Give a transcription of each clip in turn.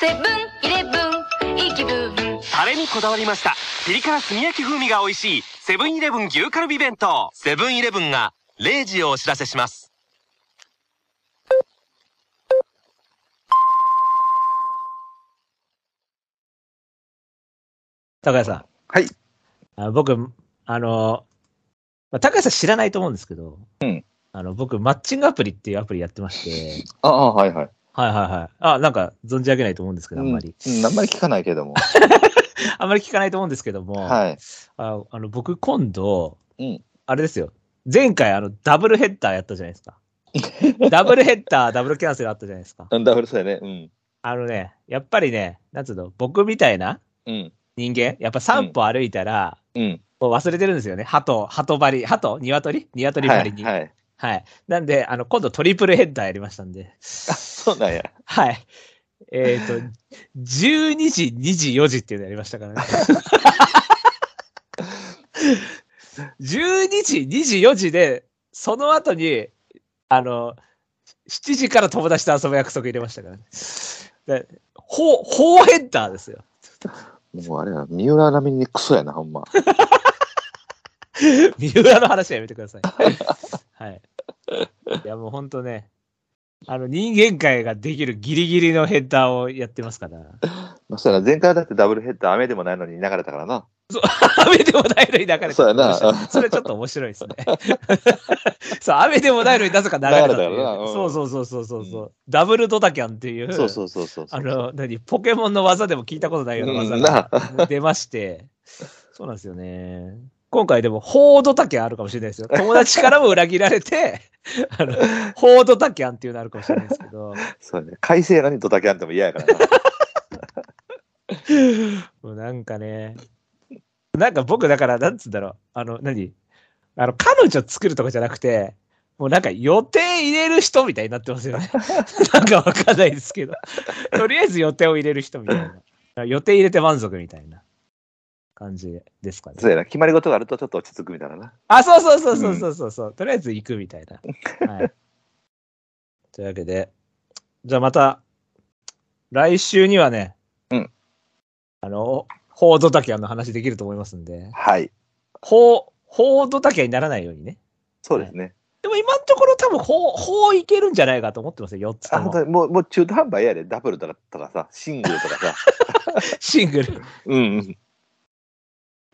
セブンイレブンいい気分タレにこだわりました。ピリ辛炭焼き風味が美味しい、セブンイレブン牛カルビ弁当。セブンイレブンが0時をお知らせします。高橋さん。はい。あ僕、あの、まあ、高橋さん知らないと思うんですけど、うんあの、僕、マッチングアプリっていうアプリやってま して、ああ、はいはい。はいはいはい。あ、なんか、存じ上げないと思うんですけど、あんまり。うんうんあんまり聞かないけども。あんまり聞かないと思うんですけども、はい。ああの、僕、今度、うんあれですよ。前回、あの、ダブルヘッダーやったじゃないです か。ダブルヘッダー、ダブルキャンセルあったじゃないですか。うんダブルスだよね。あのね、やっぱりね、なんつうの、僕みたいなうん。うん。人間、やっぱ散歩歩いたら、うん。もう忘れてるんですよね。鳩、鳩張り、鳩鶏鶏は張りに。い。はい。はい。なんで、あの、今度トリプルヘッダーやりましたんで。そうなんや。はい。えっ、と、12時、2時、4時っていうのやりましたからね。12時、2時、4時で、その後に、あの、7時から友達と遊ぶ約束入れましたからね。で、ほう、ほうヘッダーですよ。もうあれや、三浦並みにクソやな、ほ んま。 三浦の話はやめてく ださい。はい。いや、もう本当ね、あの、人間界ができるギリギリのヘッダーをやってます から。まあそうやな、前回だってダブルヘッダー雨でもないのに流れたからな。雨でもないのに流れてそうやなそれちょっと面白いですね。 そう、雨でもないのになぜか流れたという流れたよなうんそうそうそうそうそうそう、うダブルドタキャンっていう、そうそうそうそう。あの、何、ポケモンの技でも聞いたことないような技うんが 出まして、そうなんですよね。今回でも、ホードタキャンあるかもしれないですよ。友達からも裏切られて、 あの、ホードタキャンっていうのあるかもしれないですけど、そうやね。改正なにドタキャンでも嫌やから な。もうなんかね、なんか僕だから、なんつうんだろう、あの、何あの、彼女作るとかじゃなくて、もうなんか予定入れる人みたいになってますよね。なんかわかんないですけど。とりあえず予定を入れる人みたいな。予定入れて満足みたいな感じですかね。そうやな。決まり事があるとちょっと落ち着くみたいなな。あ、そうそうそうそうそうそうそう、とりあえず行くみたいな。 はい。というわけで、じゃあまた、来週にはね、うん。あの、報道ドタキャンの話できると思いますんで、はい。報、報道ドタキャンにならないようにね。そうですね。でも今のところ多分、報、報いけるんじゃないかと思ってますよ、4つとあ、本当も。にもう、もう中途半端やで。ダブルとかとかさ、シングルとかさ。シングル。 うんうん。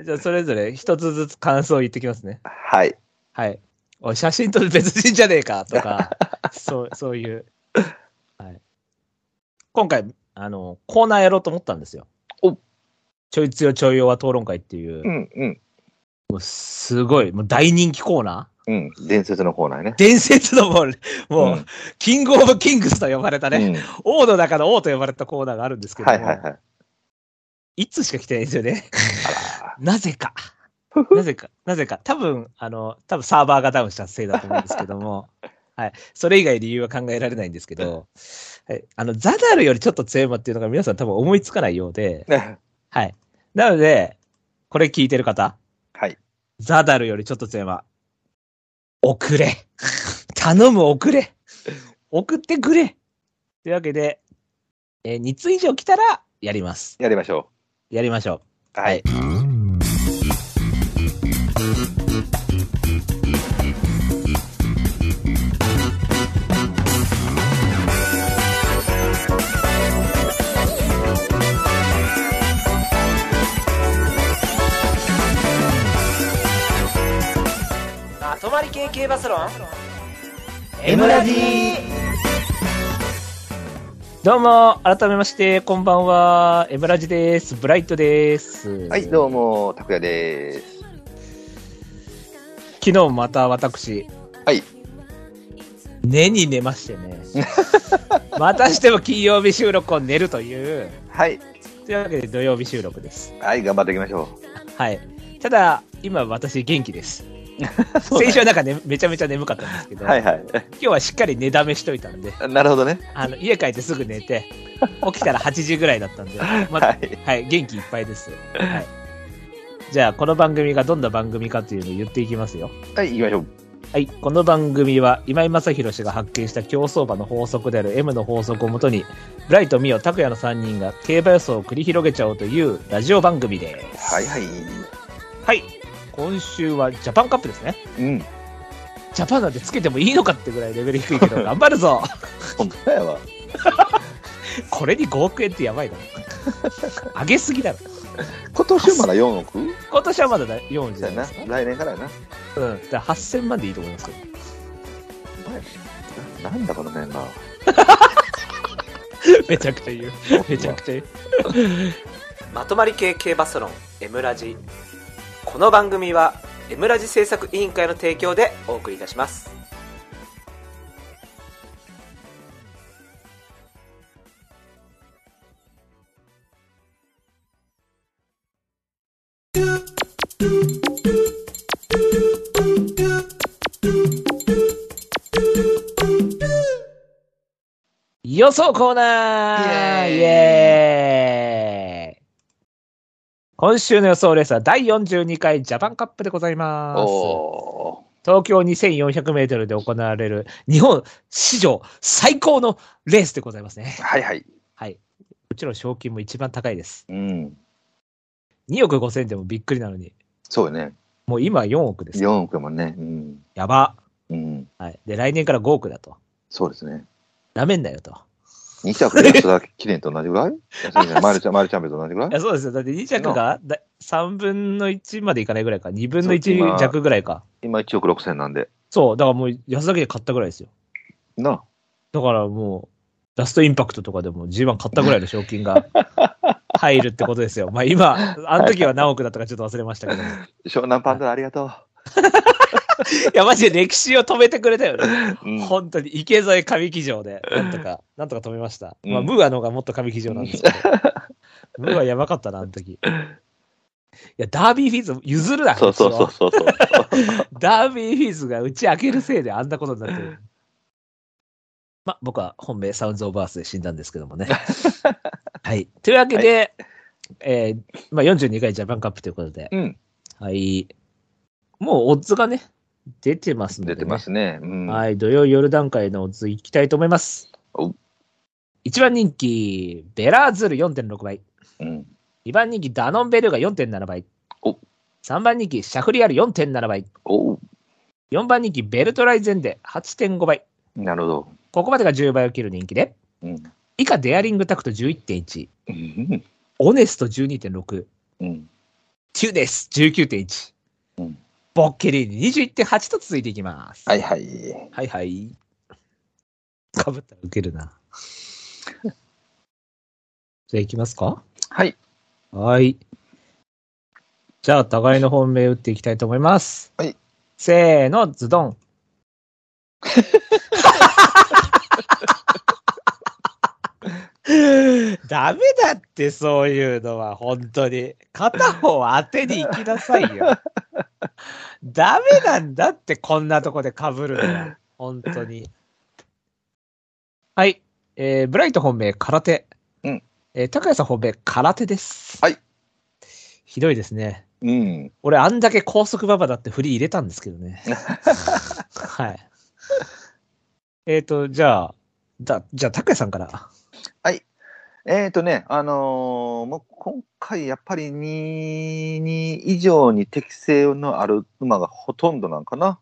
じゃあそれぞれ一つずつ感想を言ってきますね。はい。はい。おい写真と別人じゃねえかと か、そう、そういう。はい。今回、あの、コーナーやろうと思ったんですよ。おちょい強ちょい弱討論会っていう、うんうん。もうすごい、もう大人気コーナーうん。伝説のコーナーね。伝説のもう、もう、うんキングオブキングスと呼ばれたうね、ん王の中の王と呼ばれたコーナーがあるんですけどはも、いはいはい。いつしか来てないんですよね。あらなぜか。なぜか、なぜか。多分、あの、多分サーバーがダウンしたせいだと思うんですけど も、はい。それ以外理由は考えられないんですけど、はい。あの、ザダルよりちょっと強い馬っていうのが皆さん多分思いつかないよう で、ねはい。なので、これ聞いてる方、はい。ザダルよりちょっと強い馬、遅れ。 頼む、遅れ。送ってくれ。というわけで、え2通以上来たら、やります。やりましょやりましょう。う。はい。まとまり系系バスロン M ラジどうも改めましてこんばんはエムラジですブライトですはい、どうも、拓也です。昨日また私はい寝に寝まして ねまたしても金曜日収録を寝るというはい。というわけで土曜日収録ですはい、頑張っていきましょはいただ今私元気です 先週はなんか、ね、めちゃめちゃ眠かったんですけう。ど、はいはい。 今日はしっかり寝だめしといたんでなるほどね。あの家帰ってすぐ寝て起きたら8時ぐらいだったんで、まはたい。はい、元気いっぱいです。はい。じゃあ、この番組がどんな番組かというのを言っていきますよ。はい、行きましょう。はい、この番組は今井正弘氏が発見した競走馬の法則である M の法則をもとに、ライト、ミオ、拓也の3人が競馬予想を繰り広げちゃおうというラジオ番組です。はいはい。はい。今週はジャパンカップですね。うん。ジャパンなんてつけてもいいのかってぐらいレベル低いけど、頑張るぞ 本当だよ。これに5億円ってやばいな。上げすぎだろ。 今年はまだ4億今年はまだだ4時だだよなな。来年からやな。うん。だから8000万でいいと思います けど。ななんだこのメンバー。めちゃくちゃ言う。 めちゃくちゃ言う。まとまり系競馬サロン「エムラジ」この番組は「エムラジ」制作委員会の提供でお送りいたします予想コーナーイイエーイエーイ今週の予想レースは第42回ジャパンカップでございます。お東京2400メートルで行われる日本史上最高のレースでございますね。ー。はいはい。はい。もちろん賞金も一番高いです。うん。 2億5000でもびっくりなのに、そうよね。もう今は4億です。 4億やもんね。うん。やば。うん。はい。で、来年から5億だと。そうですね。なめんなよと。 2着で安田記念と同じぐ らい安田マルチャマルチャンピオンと同じぐらいや、いそうですよ。だって2着がだ3分の1までいかないぐらいか。2分のそう今1弱ぐらいか。今1億6千なんで。そう。だからもう安だけで買ったぐらいですよ。なあ。だからもう、ラストインパクトとかでも G1 買ったぐらいの賞金が入るってことですよ。まあ今、あの時は何億だったかちょっと忘れましたけど。い湘南パンダありがとう。 や、マジで歴史を止めてくれたよね。うん本当に、池添上騎乗で、なんと か、なんとか止めました。まあ、うんムーアの方がもっと上騎乗なん ですけど。ムーアやばかったな、あの時。いや、ダービーフィーズ譲るな。そうそうそうそうそう。ダービーフィーズが打ち明けるせいであんなことになって る。まあ、僕は本命サウンズ・オブ・アースで死んだんですけども ね。はい。というわけで、えーまあ、42回ジャパンカップということで、うん。はい。もうオッズがね、出てますので、出てま。すね。うん。はい。土曜夜段階のオッズいきたいと思いますお。 1番人気、ベラーズル4.6倍。うん。 2番人気、ダノンベルが4.7倍お。 3番人気、シャフリアル4.7倍。おう。 4番人気、ベルトライゼンで8.5倍。なるほど。ここまでが10倍を切る人気で、うん。以下、デアリングタクト11.1、うん。オネスト12.6、うん。チューネス19.1、うんボッケリーニ21.8と続いていきます。はいはい。はいはい。かぶったらウケるな。 じゃあ、いきますかはい。はい。じゃあ、互いの本命打っていきたいと思います。はい。せーの、ズ ドン。ダメだって、そういうのは、本当に。片方当てに行きなさい よ。ダメなんだって、こんなとこで被るのは。本当に。はい。えー、ブライト本命、空手。えー、高谷さん本命、空手です。はい。ひどいですね。うん。俺、あんだけ高速馬場だって振り入れたんですけど ね。はい。えっ、と、じゃあ、だじゃあ、高谷さんから。えーとね、あのーもう今回やっぱり2、2以上に適性のある馬がほとんどなんかな。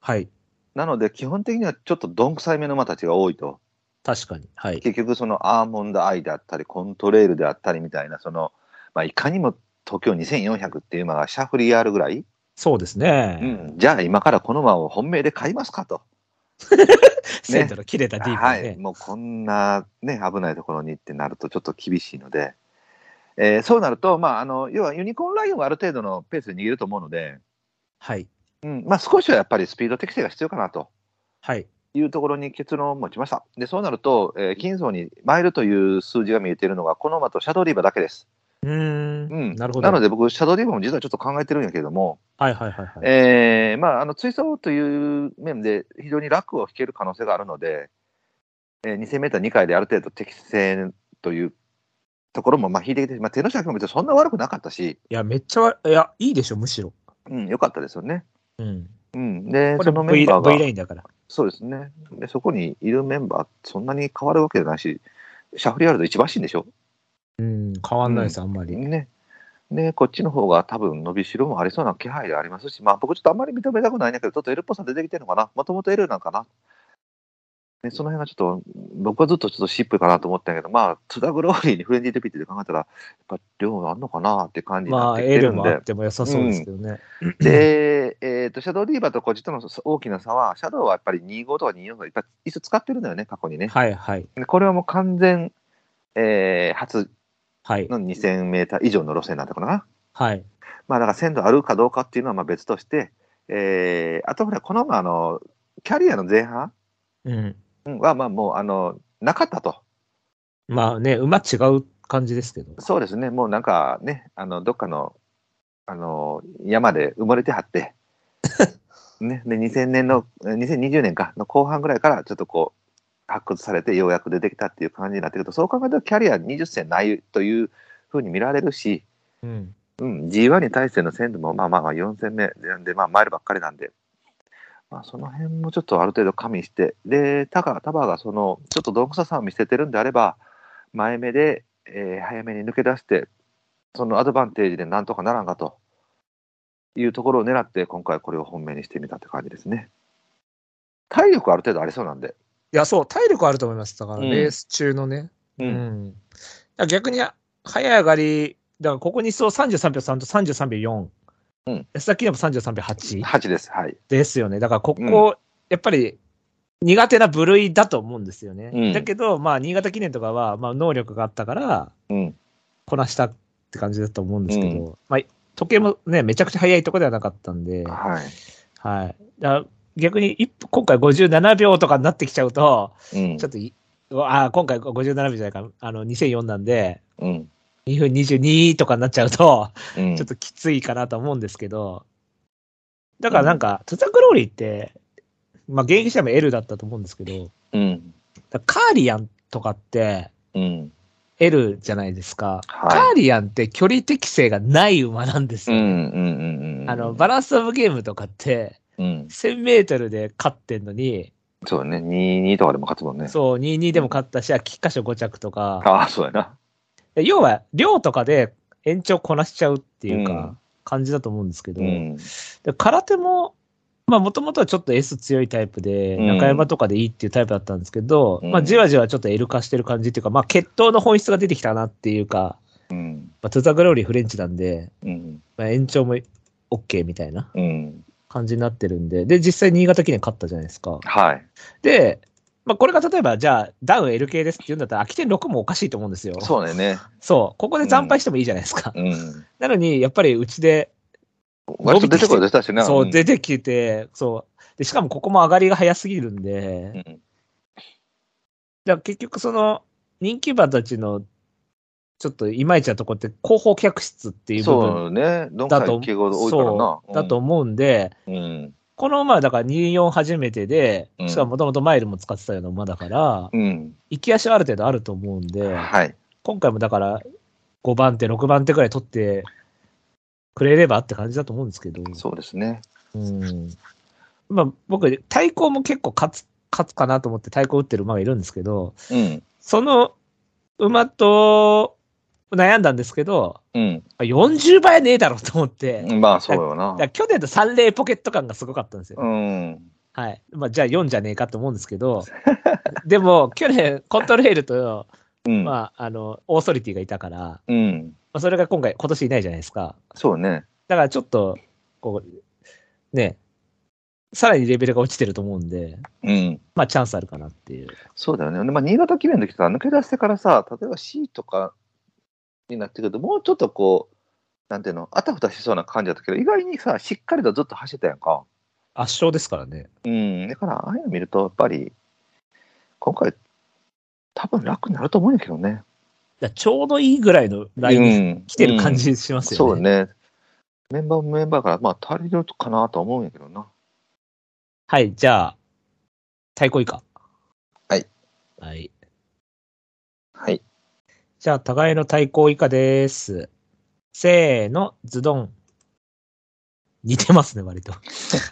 はい。なので基本的にはちょっとどんくさい目の馬たちが多いと。確かに。はい。結局そのアーモンドアイであったり、コントレールであったりみたいな、その、まあ、いかにも東京2400っていう馬がシャフリヤールぐらい、そうですね。うん、じゃあ今からこの馬を本命で買いますかと。セントの切れたディープなはね。い、もうこんな、ね、危ないところにってなるとちょっと厳しいので、えーそうなると、まあ、あの要はユニコーンライオンがある程度のペースで逃げると思うので、はい。うんまあ、少しはやっぱりスピード適性が必要かなとはい。いうところに結論を持ちました。でそうなると、えー金層にマイルという数字が見えているのが、この馬とシャドーリーバーだけです。うーん,、うん、なるほど。なので僕、シャドーリーバーも実はちょっと考えてるんやけれども、はいはいはいはい。えーまあ、あの追走という面で非常に楽を引ける可能性があるので、えー、2000メーター2回である程度適正というところもまあ引いてきて、まあ、手の尺も別にそんな悪くなかったし、いや、めっちゃわ、いや、いいでしょ、むしろ。うん、良かったですよね。うん。うん、で、こそれの V, メン V バラーが、インだから。そうですねで、そこにいるメンバー、そんなに変わるわけじゃないし、シャフリヤールド一番しいんでしょうん、変わんないです、あんまり。ね。ね、こっちの方が多分伸びしろもありそうな気配でありますし、まあ僕ちょっとあんまり認めたくないんだけど、ちょっと L っぽさ出てきてるのかな。もともと L なんかな。ね、その辺がちょっと、僕はずっとちょっと C っぽいかなと思ったんやけど、まあ、津田グローリーにフレンディ・デピットで考えたら、やっぱ量あんのかなって感じにまなっあ、てきて L るんもで。あっても良さそうですけどね。で、えっ、と、シャドウディーバーとこっちとの大きな差は、シャドウはやっぱり25とか24とかいっぱい椅子使ってるんだよね、過去にね。はいはい。でこれはもう完全、えー初はい。の2000メーター以上の路線になったかな。はい。まあだから鮮度あるかどうかっていうのはまあ別として、えー、あとほら、このあの、キャリアの前半うん。うんはまあもうあの、なかったと。まあね、馬違う感じですけど。そうですね、もうなんかね、あの、どっかの、あの、山で生まれてはって、ね、で、2000年の、えー2020年か、の後半ぐらいからちょっとこう、発掘されてようやく出てきたっていう感じになってると、そう考えるとキャリア20戦ないというふうに見られるし、うん。うん、G1 に対しての鮮度もまあまあまあ4戦目で、まあ、マイルばっかりなんで、まあ、その辺もちょっとある程度加味して、で、タカ、タバがその、ちょっとどんくささを見せてるんであれば、前目で、えー早めに抜け出して、そのアドバンテージでなんとかならんかというところを狙って、今回これを本命にしてみたって感じですね。体力ある程度ありそうなんで。いや、そう、体力あると思います。だから、うんレース中のね。ううん。いや逆に、早上がり、だからここにそう33秒3と33秒4。うん安田記念も33秒8。 8です。はい。ですよね。だからここ、うんやっぱり苦手な部類だと思うんですよね。うんだけど、まあ、新潟記念とかは、まあ、能力があったから、うん。こなしたって感じだと思うんですけど、うまあ、時計もね、めちゃくちゃ早いとこではなかったんで、はい。はい。だから逆に一歩、今回57秒とかになってきちゃうと、うんちょっとい、あー今回57秒じゃないか、あの、2004なんで、うん。 2分22とかになっちゃうと、うんちょっときついかなと思うんですけど、だからなんか、トゥタクローリーって、まあ、現役時代も L だったと思うんですけど、うん。だからカーリアンとかってうん。 L じゃないですか。はいカーリアンって距離適性がない馬なんですうん。うよ。ん。うん。うんあの、バランスオブゲームとかって、うん。 1000メートルで勝ってんのに、そうね、22とかでも勝つもんね。そう、22でも勝ったし、菊花賞5着とか、ああ、そうやな。要は、量とかで延長こなしちゃうっていううかん、感じだと思うんですけど、うん。で空手も、まあ、もともとはちょっと S 強いタイプで、うん中山とかでいいっていうタイプだったんですけど、うんまあ、じわじわちょっと L 化してる感じっていうか、まあ、血統の本質が出てきたなっていうか、うん。まあ、トゥザグローリーフレンチなんで、うん。まあ、延長も OK みたいなうん。感じになってるんで、で、実際新潟記念勝ったじゃないですか。はい。で、まあ、これが例えば、じゃあ、ダウン L 系ですって言うんだったら、空き点6もおかしいと思うんですよ。そうだよね。そうここで惨敗してもいいじゃないですか。うん。なのに、やっぱりうちで割と出てこい出てたしな。そう、で。出てきて、そう。で、しかもここも上がりが早すぎるんで、うだかん。ら結局その、人気馬たちの、ちょっといまいちなとこって、後方客室っていう部分そうね。どんかい記号多いからなそ。うだと思うんで、うん。この馬はだから24初めてでう、んしかももともとマイルも使ってたような馬だから、うん。行き足はある程度あると思うんで、はい。今回もだから、5番手、6番手くらい取ってくれればって感じだと思うんですけど。そうですね。うんまあ、僕、対抗も結構勝つ、勝つかなと思って対抗打ってる馬がいるんですけど、うん。その馬と悩んだんですけど、う40倍はねえだろうと思って、だかん。まあ、そうよな。ら去年と3例ポケット感がすごかったんですよ。うん。はい。まあ、じゃあ4じゃねえかと思うんですけど、でも、去年、コントロールと、うん。まあ、あの、オーソリティがいたから、まうん。あ、それが今回、今年いないじゃないですか。そうね。だからちょっと、こう、ね、さらにレベルが落ちてると思うんで、うん。まあチャンスあるかなっていう。そうだよね。でまあ、新潟記念の時とか抜け出してからさ、例えば C とかになってくると、もうちょっとこう、なんていうの、あたふたしそうな感じだったけど、意外にさ、しっかりとずっと走ってたやんか。圧勝ですからね。うん。だから、ああいうの見ると、やっぱり、今回、多分楽になると思うんやけどね。だからちょうどいいぐらいのラインにうん来てる感じしますよね。そうね。メンバーもメンバーから、まあ、足りるかなとは思うんやけどな。はい、じゃあ、太鼓以下。はい。はい。はい。じゃあ、互いの対抗以下です。せーの、ズドン。似てますね、割 と。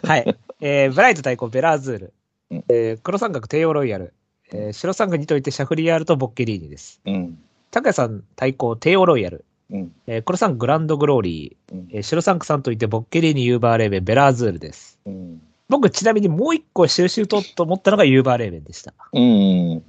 はい。えー、ブライト対抗ベラーズール。うんえー黒三角帝王ロイヤル。えー白さんが2といてシャフリヤールとボッケリーニです。うん。高谷さん対抗テオロイヤル。うん。えー、黒さんグランドグローリー。うんえー白さんくさんといてボッケリーニ、ユーバーレーベン、ベラーズールです。うん。僕ちなみにもう一個収集取と思ったのがユーバーレーベンでした。うん。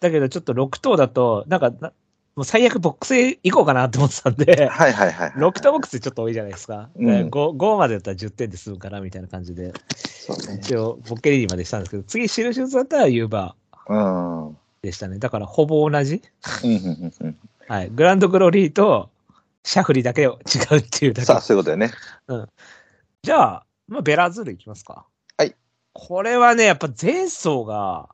だけどちょっと6頭だと、なんかな、もう最悪ボックスへ行こうかなと思ってたん で、はいはいはい。 6頭ボックスちょっと多いじゃないですか。うん5、5までだったら10点で済むかなみたいな感じで、そうね。一応ボッケリーニまでしたんですけど、次収集だったらユーバーうん。うんでしたね。だからほぼ同じ。うんうんうんはい。グランドグローリーとシャフリーだけ違うっていうだけさあ、。そういうことだよね。じゃあ、まあ、ベラズールいきますか。はい。これはね、やっぱ前走が、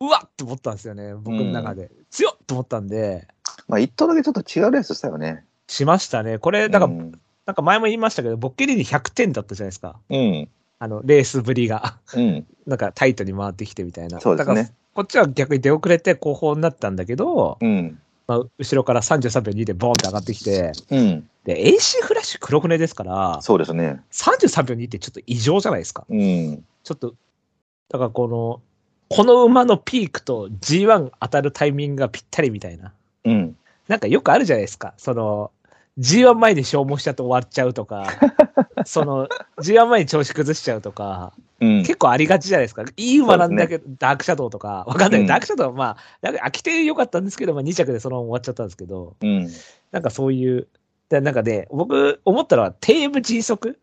うわっと思ったんですよね、僕の中で。強っと思ったんで、まあ、一頭だけちょっと違うレースしたよね。しましたね。これ、だから、うん。なんか前も言いましたけど、ボッケリーニ100点だったじゃないですか。うん。あの、レースぶりが。 うん。なんかタイトに回ってきてみたいな。そうですだからね。こっちは逆に出遅れて後方になったんだけど、うん。まあ、後ろから33秒2でボーンって上がってきて、うん。で、AC フラッシュ黒船ですから、そうですね。 33秒2ってちょっと異常じゃないですか。うん。ちょっと、だからこの、この馬のピークと G1 当たるタイミングがぴったりみたいな。うん。なんかよくあるじゃないですか。その、G1 前に消耗しちゃって終わっちゃうと か、その、G1 前に調子崩しちゃうとか、うん。結構ありがちじゃないですか。いい馬なんだけど、ダークシャドウとか、わかんない。うんダークシャドウはまあ、なんか飽きて良かったんですけど、まあ2着でそのまま終わっちゃったんですけど、うん。なんかそういう、でなんかね、僕思ったのは、テーブ G 速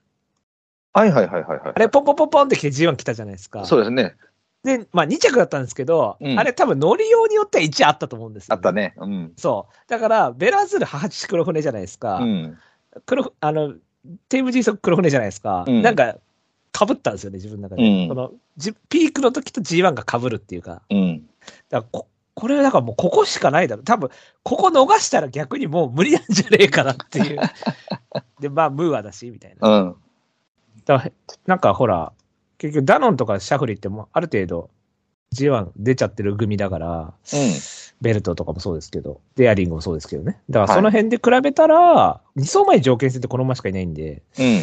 はいはいはいはいはい。あれ、ポンポンポンポンって来て G1 来たじゃないですか。そうですね。で、まあ2着だったんですけど、うんあれ多分乗りようによっては1あったと思うんですよ、あった。ね。うん。そう。だから、ベラズール、母父黒船じゃないですか。うん。黒、あの、テーム G 速黒船じゃないですか。うんなんか、被ったんですよね、自分の中で。うんこの、G- ピークの時と G1 が被るっていうか。うん。だからここれだからもうここしかないだろう。多分、ここ逃したら逆にもう無理なんじゃねえかなって いう。で、まあ、ムーアだし、みたいな。うん。だからなんかほら、結局ダノンとかシャフリーってもうある程度 G1 出ちゃってる組だから、うんベルトとかもそうですけど、デアリングもそうですけどね。だからそはのい辺で比べたら、2走前に条件戦ってこの馬しかいないんで、うん。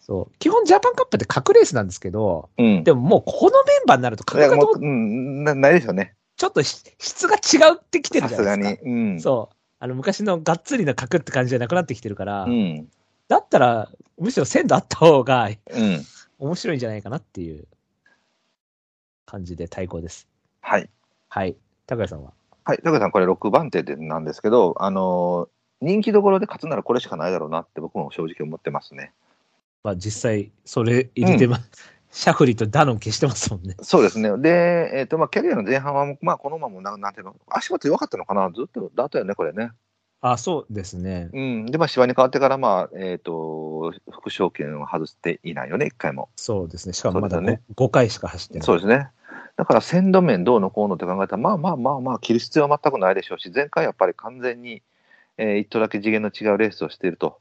そう。基本ジャパンカップって各レースなんですけど、うん。でももうこのメンバーになるとい格やがもどう、ううん、なないでしょうね。ちょっとし質が違うってきてるさじゃすながいですにか。。うん。そう。あの昔のがっつりな格って感じじゃなくなってきてるから、うん。だったらむしろ鮮度あった方がうん。面白いんじゃないかなっていう感じで対抗です。はい。はい。高谷さんは。はい。高橋さん、これ6番手でなんですけど、あのー人気どころで勝つならこれしかないだろうなって僕も正直思ってますね。まあ実際、それ入れてます。シャフリーとダノン消してますもんね。そうですね。で、えっ、と、まあ、キャリアの前半は、まあ、この馬もな、なんていうの、足元弱かったのかな、ずっと、だったよね、これね。あ、そうですね。うん。で、まあ、芝に変わってから、まあ、えっ、と、副賞券を外していないよね、一回も。そうですね。しかもまだそ 5, うです5回しか走ってない。そうですね。だから鮮度面どうのこうのって考えたら、まあまあまあまあ、切る必要は全くないでしょうし、前回やっぱり完全に、えー一頭だけ次元の違うレースをしていると。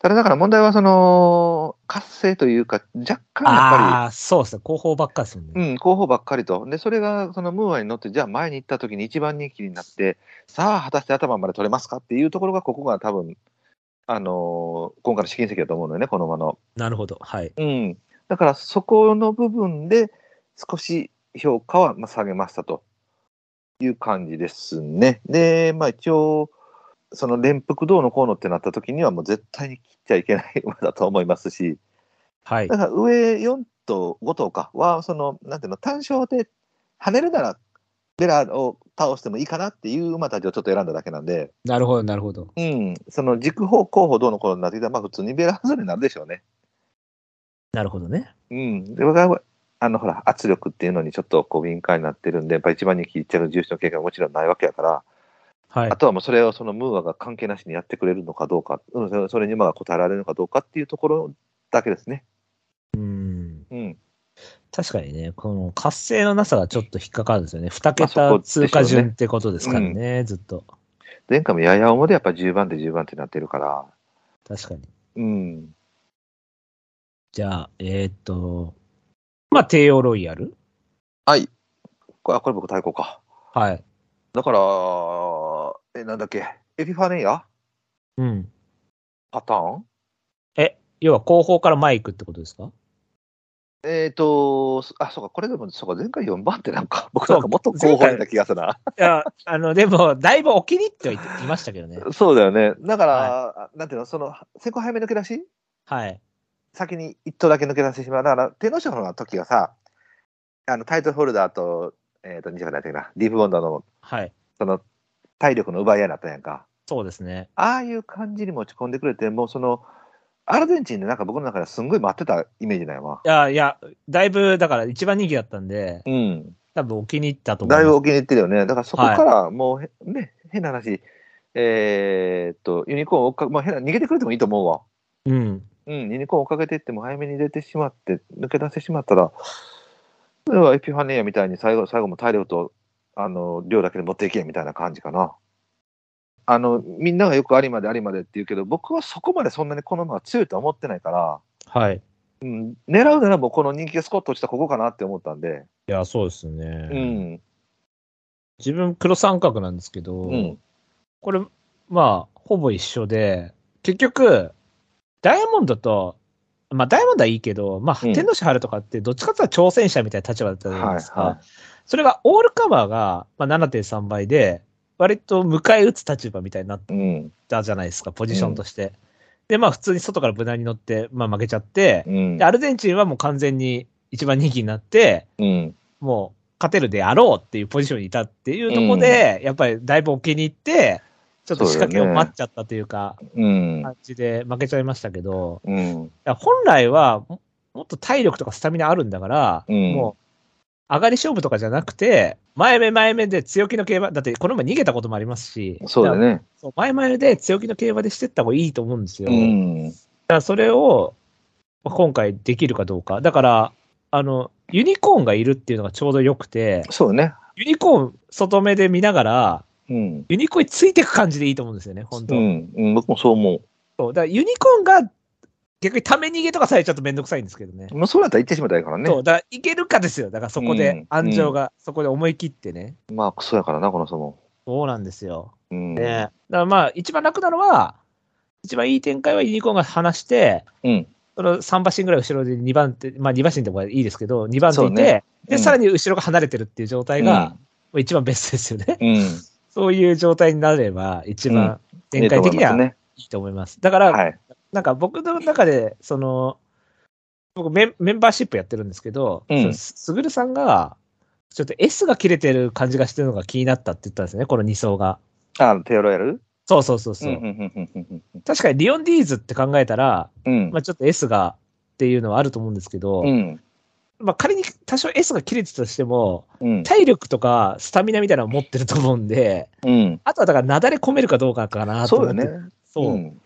ただだから問題は、その、活性というか、若干やっぱああ、そうですね。後方ばっかですもんね。り、うん、後方ばっかりと。で、それが、そのムーアに乗って、じゃあ前に行った時に一番人気になって、さあ、果たして頭まで取れますかっていうところが、ここが多分、あのー今回の試金石だと思うのよね、この馬の。なるほど。はい。うん、だからそこの部分で少し評価はまあ下げましたという感じですね。で、まあ、一応、その連服どうのこうのってなった時にはもう絶対に切っちゃいけない馬だと思いますし、はいだ。から上4頭、5頭かは、その、なんていうの、単勝で跳ねるなら、ベラを倒してもいいかなっていう馬たちをちょっと選んだだけなんで、なるほど、なるほど。うん、その軸方候補どうのこうのになってきたら、まあ普通にベラ外れになるでしょうね。なるほどね。うん、で僕はあのほら圧力っていうのにちょっとこう敏感になってるんで、やっぱ一番に聞いてる重視の経験はもちろんないわけやから、はいあ。とはもうそれをそのムーアが関係なしにやってくれるのかどうか、うん、それそれに馬が応えられるのかどうかっていうところだけですね。うん。うん、確かにね、この活性のなさがちょっと引っかかるんですよね。2まあそ桁こでし通ょうね過順ってことですからね、ずっと。前回もやや重でやっぱ10番手、10番手になってるから、確かに。うん、じゃあ、えーっと、まあ、帝王ロイヤルはい、これあこれ僕、対抗か。はい。だから、え、なんだっけ、エピファネイアうん。パターンえ、要は後方から前行くってことですかえっ、と、あ、そうか、これでも、そうか、前回4番ってなんか、 僕なんかもっと候補な気がするな。い や、あの、でも、だいぶお気に入ってはいていましたけどね。そうだよね。だから、なんていうの、その、先行早め抜け出しはい。先に一頭だけ抜け出してしまう。だから、天皇賞の時はさ、あの、タイトルホルダーと、えっ、と、西村大的な、ディープボンドの、はい。その、体力の奪い合いになったやんか。そうですね。ああいう感じに持ち込んでくれて、もうその、アルゼンチンでなんか僕の中ですんごい待ってたイメージなんやわ。いや、いや、だいぶ、だから一番人気だったんで、うん。多分お気に入ったと思いだまいす。ぶお気に入ってるよね。だからそこからもうへ、ね、変な話、えーっと、ユニコーンを追っか、まあ、変な、逃げてくれてもいいと思うわ。うん。うん、ユニコーンを追っかけていっても早めに出てしまって、抜け出してしまったら、それはエピファネアみたいに最後、最後も体力と、あの、量だけで持っていけみたいな感じかな。あの、みんながよくありまでありまでって言うけど、僕はそこまでそんなにこの馬が強いとは思ってないから、はい。狙うならもうこの人気がスコッとしたここかなって思ったんで、いや、そうですね。うん、自分、黒三角なんですけど、うん、これ、まあ、ほぼ一緒で、結局、ダイヤモンドと、まあ、ダイヤモンドはいいけど、まあ、うん天皇支払るとかって、どっちかっていうと挑戦者みたいな立場だったじゃないですか。はいはいそれが、オールカバーが、まあ、7.3倍で、割と迎え撃つ立場みたいになっうん、たじゃないですか、ポジションとして。で、まあ、普通に外から無難に乗って、まあ、負けちゃって、うんで、アルゼンチンはもう完全に一番人気になって、うん、もう勝てるであろうっていうポジションにいたっていうところで、やっぱりだいぶお気に入って、ちょっと仕掛けを待っちゃったというか、うん、感じで負けちゃいましたけど、うん、いや本来はももっと体力とかスタミナあるんだから、うんもう上がり勝負とかじゃなくて、前目前目で強気の競馬、だってこの前逃げたこともありますし、そうだだからね。そう前々で強気の競馬でしてった方がいいと思うんですよ。うだん、からそれをまあ今回できるかどうか。だから、あの、ユニコーンがいるっていうのがちょうど良くて、そうだね。ユニコーン外目で見ながら、うん、ユニコーンについていく感じでいいと思うんですよね、本当、うん、うん僕もそう思う。そうだからユニコーンが逆にため逃げとかされちゃうとめんどくさいんですけどね。まあ、そうだったら言ってしまったらいいからね。そう、だからいけるかですよ。だからそこうでん、安城が、そこで思い切ってね。まあ、クソやからな、この人も。そうなんですよ。うん。ね、だからまあ、一番楽なのは、一番いい展開はユニコーンが離して、うん。その3馬身ぐらい後ろで2番手、まあ2馬身でもいいですけど、2番手そういて、ねうで、んさらに後ろが離れてるっていう状態が、一番ベストですよね。うん、うん。そういう状態になれば、一番い展いと開思的いにますはね。いいと思います。だから、はい。なんか僕の中で、その、僕メンメンバーシップやってるんですけど、うんそのすすぐるさんが、ちょっと S が切れてる感じがしてるのが気になったって言ったんですね、この2層が。あ、テオロやるそうそうそうそう、んうん、うん、うん、確かにリオンディーズって考えたら、うん。まあ、ちょっと S がっていうのはあると思うんですけど、うん、まあ仮に多少 S が切れてたとしても、うん、体力とかスタミナみたいなのを持ってると思うんで、うん。あとはだからなだれ込めるかどうかかなとそう思だって。ね。そう。ん。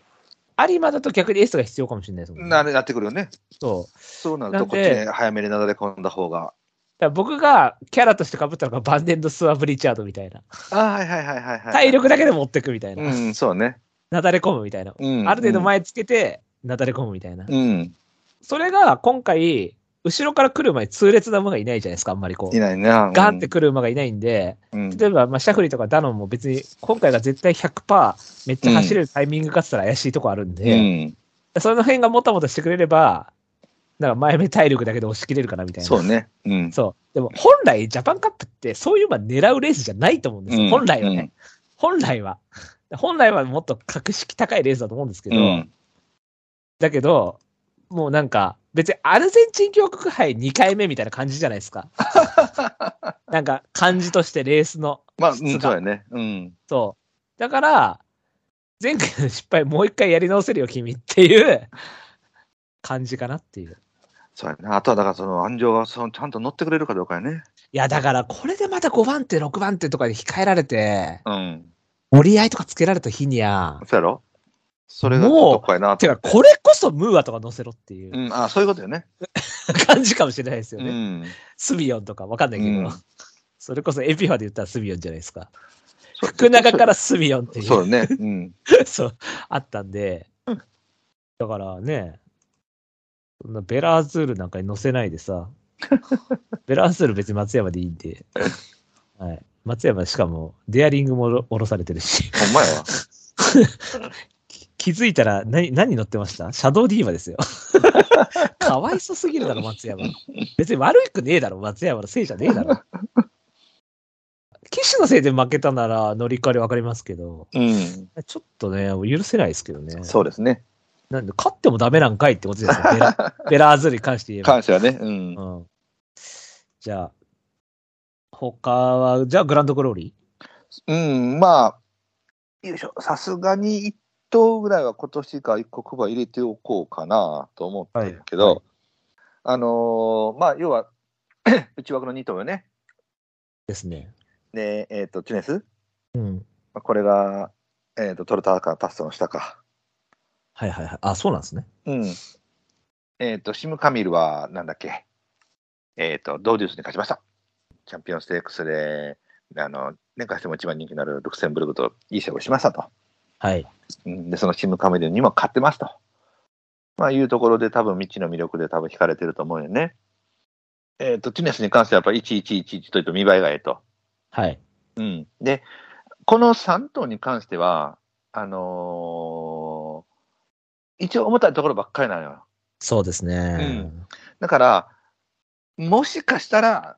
有馬だと逆に S が必要かもしれないですもんね。な、なってくるよね。そう。そうなるなと、んこっちでに早めになだれ込んだ方が。だから僕がキャラとして被ったのがバンデンド・スワブ・リチャードみたいな。ああ、はいはいはいはいはい。体力だけで持ってくみたいな。うん、そうね。なだれ込むみたいな。うん。ある程度前つけて、なだれ込むみたいな。うん。それが今回、後ろから来る前、痛烈な馬がいないじゃないですか、あんまりこ。いうないな。ガンって来る馬がいないんで、うん。例えば、まあ、シャフリーとかダノンも別に、今回が絶対100%、めっちゃ走れるタイミングかっつったら怪しいとこあるんうで、ん。その辺がもたもたしてくれれば、なんか前目体力だけで押し切れるかなみたいな。そうね。うん。そう。でも本来ジャパンカップってそういうまあ狙うレースじゃないと思うんですよ。うん本来はね。うん本来は。本来はもっと格式高いレースだと思うんですけうど、ん。だけど、もうなんか、別にアルゼンチン共和国杯2回目みたいな感じじゃないです か。なんか、感じとしてレースの。まあ、うん質がそうだね。うん。そう。だから、前回の失敗もう一回やり直せるよ、君っていう感じかなっていう。そうやな。あとは、だから、その、安城が、その、ちゃんと乗ってくれるかどうかやね。いや、だからこれでまた5番手、6番手とかで控えられて、うん。折り合いとかつけられた日にゃ、そうやろそれがちょっと怖いなてと。、か、これこそムーアとか乗せろっていううんあそういうことよね。感じかもしれないですうよね。ん。スビヨンとかわかんないけど、うんそれこそエピファで言ったらスビヨンじゃないですか。福永からスビヨンっていう、そそう、うね。うん。あったんで、だからね、そんなベラーズールなんかに乗せないで さ、ベラーズール別に松山でいいんで、はい、松山しかも、デアリングもおろ下ろされてるし、ほんまやわ。き気づいたら、何、何乗ってましたシャドウディーバ ですよ。かわいそすぎるだろ、松山。別に悪くねえだろ、松山のせいじゃねえだろ。騎手のせいで負けたなら乗り換えわかりますけど、うん。ちょっとね、許せないですけどね。そうですね。なんで、勝ってもダメなんかいってことですよ。ベ ラベラーズに関して言えば。感謝ね。うん。うん。じゃあ、他は、じゃあグランドグローリうん、まあ、よいしょ、さすがに1頭ぐらいは今年か1個ば入れておこうかなと思ってるけど、はいはいあのーまあ、要は、 内枠の2頭よね。ーですね。ねえっ、と、チュネス。うん。まあこれが、えっ、と、トルターかタストの下か。はいはいはい。あ、そうなんですね。うん。えっ、と、シム・カミルは、なんだっけ、えっ、と、ドーデュースに勝ちました。チャンピオンステークスで、あの、年間しても一番人気のあるルクセンブルクといい勝負しましたと。はい。うんで、そのチームカメルにも勝ってますと。まあ、いうところで、多分未知の魅力で多分惹かれてると思うよね。えっ、と、ティネスに関してはやっぱり1111というと見栄えがええと。はい。うん。で、この3頭に関しては、あのー一応重たいところばっかりなのよ。そうですね。だから、もしかしたら、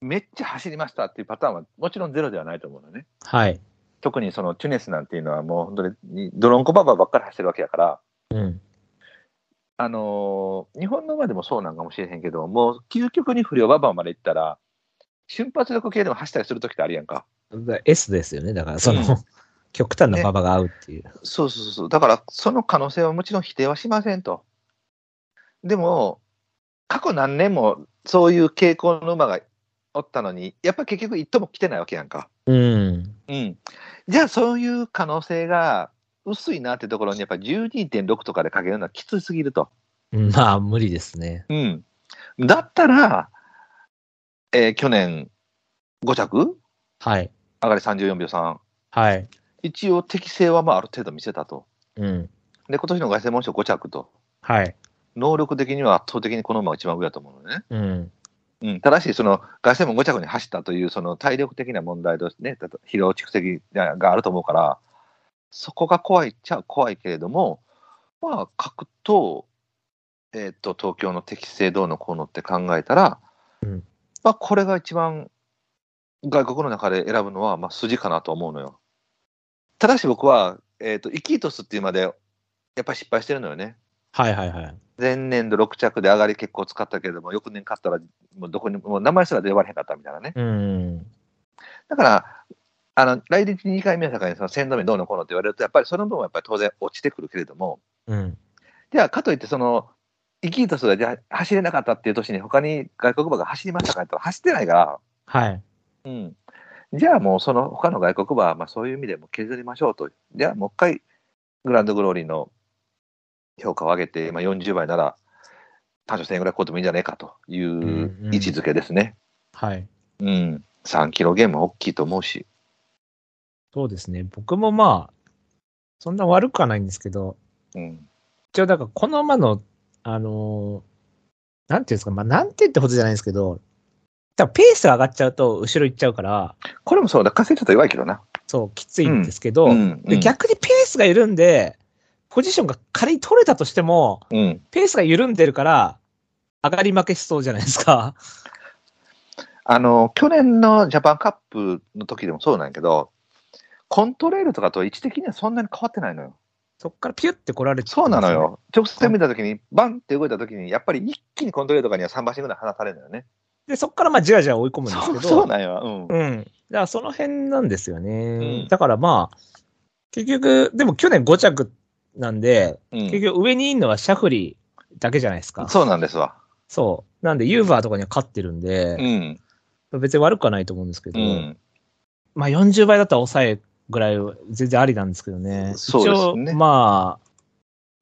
めっちゃ走りましたっていうパターンはもちろんゼロではないと思うのね。はい。特にそのチュネスなんていうのはもう本当にドロンコババアばっかり走ってるわけだから、うん。あのー日本の馬でもそうなんかもしれへんけど、もう究極に不良馬場まで行ったら、瞬発力系でも走ったりするときってあるやんか。だ S ですよね。だから、その、うん 極端な馬場が合うっていう。そうそうそう。だから、その可能性はもちろん否定はしませんと。でも、過去何年もそういう傾向の馬がおったのに、やっぱり結局一頭も来てないわけやんか。うん。うん。じゃあ、そういう可能性が薄いなってところに、やっぱ12.6とかでかけるのはきつすぎると。まあ、無理ですね。うん。だったら、えー去年5着はい。上がり34秒3。はい。一応適性はまあある程度見せたと。うん。で、今年の凱旋門賞5着と。はい。能力的には圧倒的にこの馬が一番上だと思うのね。うん。うん。ただし、その凱旋門5着に走ったという、その体力的な問題とね、だと疲労蓄積ががあると思うから、そこが怖いっちゃ怖いけれども、まあ、格と、えっ、と、東京の適性どうのこうのって考えたら、うんまあ、これが一番外国の中で選ぶのは、まあ、筋かなと思うのよ。ただし僕は、えっ、と、イキートスっていうまで、やっぱり失敗してるのよね。はいはいはい。前年度6着で上がり結構使ったけれども、翌年勝ったら、もうどこにも、もう名前すら出呼ばれへんかったみたいなね。うん。だから、あの来日2回目の中にその1000度目どうのこうのって言われると、やっぱりその分はやっぱり当然落ちてくるけれども、うん。じゃあ、かといって、その、生き生きとするじゃあ走れなかったっていう年に、他に外国馬が走りましたかって言ったら走ってないから、はい。うん。じゃあもう、その他の外国馬は、まあそういう意味でも削りましょうと。じゃあ、もう一回、グランドグローリーの評価を上げて、まあ、40倍なら、単勝1000円ぐらい買うてもいいんじゃないかといんううん位置づけですね。はい。うん。3キロゲーム大きいと思うし。そうですね。僕もまあ、そんな悪くはないんですけど、うん。一応、だから、この馬の、あのーなんていうんですか、まあ、なんてってほどじゃないんですけど、多分ペースが上がっちゃうと、後ろ行っちゃうから、これもそうだ、稼いちょっと弱いけどな。そう、きついんですけど、んで逆にペースが緩んで、ポジションが仮に取れたとしても、うん。ペースが緩んでるから、上がり負けしそうじゃないですか。 あの、去年のジャパンカップの時でもそうなんやけど、コントレールとかと位置的にはそんなに変わってないのよ。そっからピュって来られて、そうなの。よ。直線見た時に、バンって動いた時に、やっぱり一気にコントレールとかには3馬身ぐらい放たれるのよね。で、そっからまあじわじわ追い込むんですけそど、う そうなんよ。うん。うん。だからその辺なんですよね。うんだからまあ、結局、でも去年5着なんで、うん結局上にいるのはシャフリーだけじゃないですか。そうなんですわ。そう。なんでユーバーとかには勝ってるんうで、ん。別に悪くはないと思うんですけうど、ん。まあ40倍だったら抑えぐらいは全然ありなんですけどね。そうですね一応、まあ、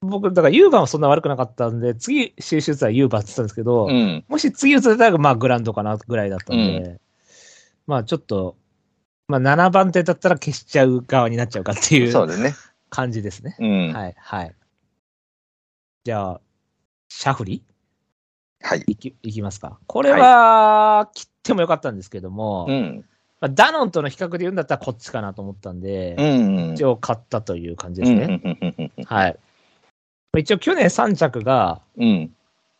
僕、だからユーバーはそんな悪くなかったんで、次、収集はユーバーって言ってたんですけど、うん。もし次移れたら、まあ、グランドかなぐらいだったんで、うまあ、ちょっと、まあ、7番手だったら消しちゃう側になっちゃうかっていそううですね。感じですね。うん。はい、はい。じゃあ、シャフリはい。いきいきますか。これは、切ってもよかったんですけども、うん。まあ、ダノンとの比較で言うんだったらこっちかなと思ったんで、うん。一応応買ったという感じでですすね。ね。はい。一応去年3着がうん。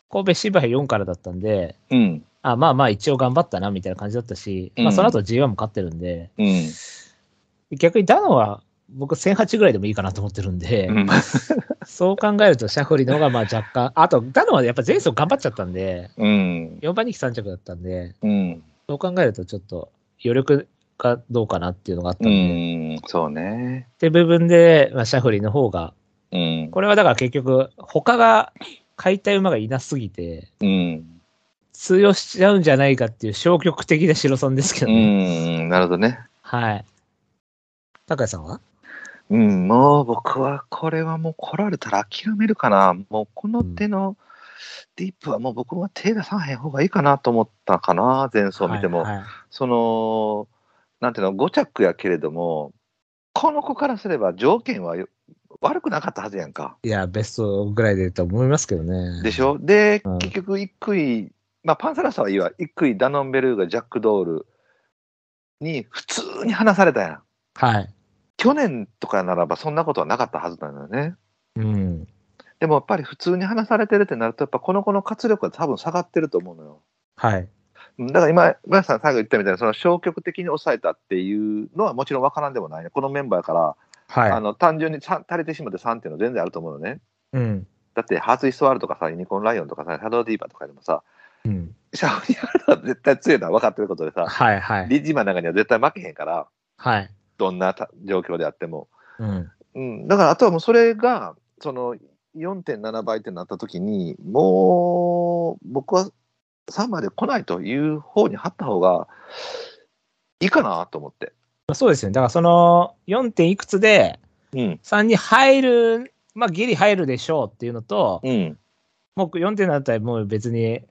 神戸芝平4からだったんで、うん。あまあまあ一応頑張ったなみたいな感じだったし、うんまあその後 G1 も勝ってるんで、うん。逆にダノンは僕1008ぐらいでもいいかなと思ってるんで、うんそう考えるとシャフリの方がまあ若干、あとダノンはやっぱ前走頑張っちゃったんで、うん。 4番人気3着だったんで、うん。そう考えるとちょっと余力がどうかなっていうのがあったんうで、ん。そうね。って部分で、まあ、シャフリーの方が、うん。これはだから結局、他が買いたい馬がいなすぎて、うん。通用しちゃうんじゃないかっていう消極的な白さんですけうどね。ん。なるほどね。はい。高谷さんはうん、もう僕はこれはもう来られたら諦めるかな。もうこの手のディープはもう僕は手出さへん方がいいかなと思ったかな、前走見ても。はいはいその、なんていうの、5着やけれども、この子からすれば条件はよ悪くなかったはずやんか。いや、ベストぐらいでと思いますけどね。でしょで、うん結局一区位、まあパンサラッサはいいわ。一区位ダノンベルーガ、ジャックドールに普通に話されたやん。はい。去年とかならばそんなことはなかったはずなのよね。うん。でもやっぱり普通に話されてるってなると、やっぱこの子の活力は多分下がってると思うのよ。はい。うんだから今、村瀬さん最後言ったみたいな、その消極的に抑えたっていうのはもちろんわからんでもないね。このメンバーから、あはの単純にさ足りてしまって3っていうのは全然あると思うのね。い。うん。だって、ハーツイスワールとかさ、ユニコーンライオンとかさ、シャドウディーバーとかでもさ、うん。シャフニアルドは絶対強いのは分かってることでさ、はいはい。リッジマンなんかには絶対負けへんから、はい。どんなた状況であっても。うん。うん、だからあとはもうそれが、その4.7倍ってなった時に、もう僕は3まで来ないという方に張った方がいいかなと思って。まあそうですよね。だからその 4. 点いくつでうん。 3に入る、まあギリ入るでしょうっていうのと、うん。もう4点だったらもう別に、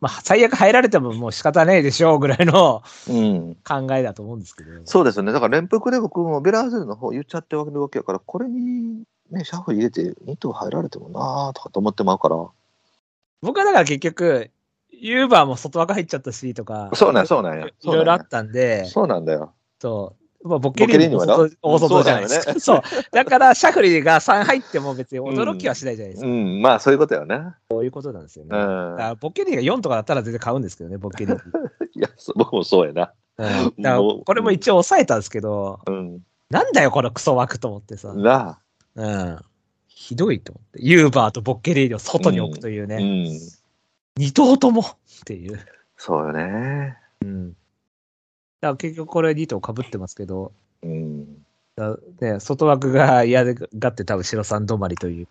まあ、最悪入られてももう仕方ないでしょうぐらいの うん。考えだと思うんですけど。そうですよね。だから連服で僕もベラーズルの方言っちゃってわけるわけやから、これに、ね、シャフ入れて2頭入られてもなーとかと思ってまうから。僕はだから結局、ユーバーも外枠入っちゃったしとか、そうなんやそうなんや。いろいろあったんで、そうなんだよ。そう。まあ、ボケリボケリーーニニもは大な外大外じゃないですか。そう,、だから、シャフリーが3入っても別に驚きはしないじゃないですうか。ん、まあそういうことよね。そういうことなんですよね。うだかん。らボケリーが4とかだったら全然買うんですけどね、ボケ リー。いや、そう僕もそうやな。うん、だからこれも一応抑えたんですけど、うん。なんだよ、このクソ枠と思ってさ。なあ。うん。ひどいと思って。ユーバーとボッケリーニを外に置くといううね。ん。二頭ともっていう。だかそうよね。ら結局これ二頭被ってますけど、うん。だね、外枠が嫌がって多分白さん止まりという。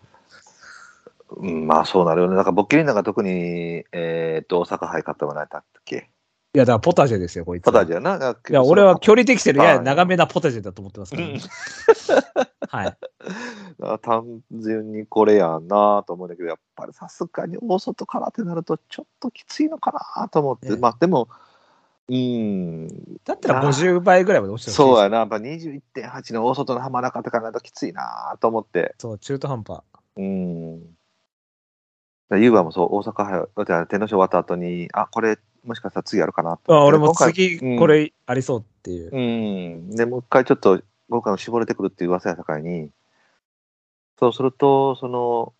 うんまあそうなるよね。なんか、ボッキリなんか特に、えーっと、大阪杯買ったもらえたっけいや、だからポタジェですよ、こいつ。ポタジェやな。なんかいや、俺は距離できてる、あやや長めなポタジェだと思ってますから、うんはい。あ単純にこれやなと思うんだけど、やっぱりさすがに大外からってなると、ちょっときついのかなと思って、ええまあでも、うん、だったら50倍ぐらいまで落ちてほしいそうですやな、やっぱ21.8の大外の浜中って考えるときついなと思って、そう、中途半端。うん。ユーバーもそう、大阪杯、だって天皇賞終わった後に、あ、これ、もしかしたら次やるかなとあ思って。俺も今回次うん、これありそうっていう。うん。で、もう一回ちょっと、今回も絞れてくるっていう噂やさかいに、そうすると、その、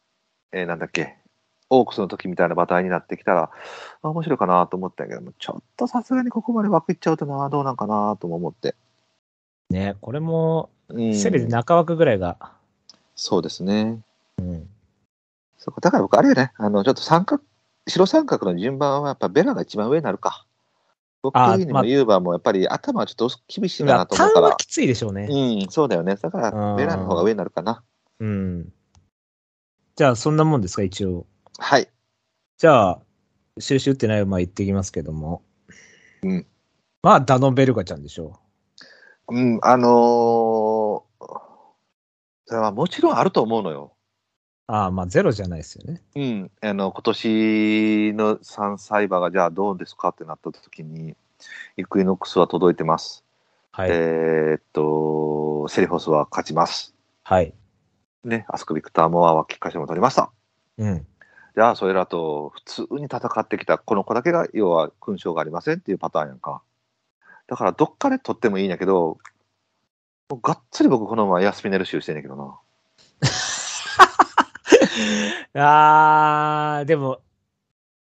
えーなんだっけ、オークスの時みたいな馬体になってきたら、あ面白いかなと思ったんやけども、ちょっとさすがにここまで枠いっちゃうとな、どうなんかなとも思って。ね、これも、うん。せめて中枠ぐらいが。そうですね。うん。そうかだから僕、あれよね、あの、ちょっと三角、白三角の順番はやっぱベラが一番上になるか。僕あー的にまもあユーバーもやっぱり頭はちょっと厳しい単かなと思うから。はきついでしょうね。うん、そうだよね。だかうら、んベラの方が上になるかな。うん。じゃあ、そんなもんですか、一応。はい。じゃあ、収集ってない馬言ってきますけども。うん。まあ、ダノンベルガちゃんでしょうん、あのーそれはもちろんあると思うのよ。う。ああ、まあ、ゼロじゃないですよね。うん、あの今年の3歳馬がじゃあどうですかってなった時に、イクイノックスは届いてます。はい。えーっと、セリフォスは勝ちます。はい。ね、アスクビクターモアは菊花賞も取りました。うん。じゃあ、それらと普通に戦ってきたこの子だけが、要は勲章がありませんっていうパターンやんか。だからどっかで撮ってもいいんやけど、もうがっつり僕このまま休み寝る習してんねんけどな。あー、でも、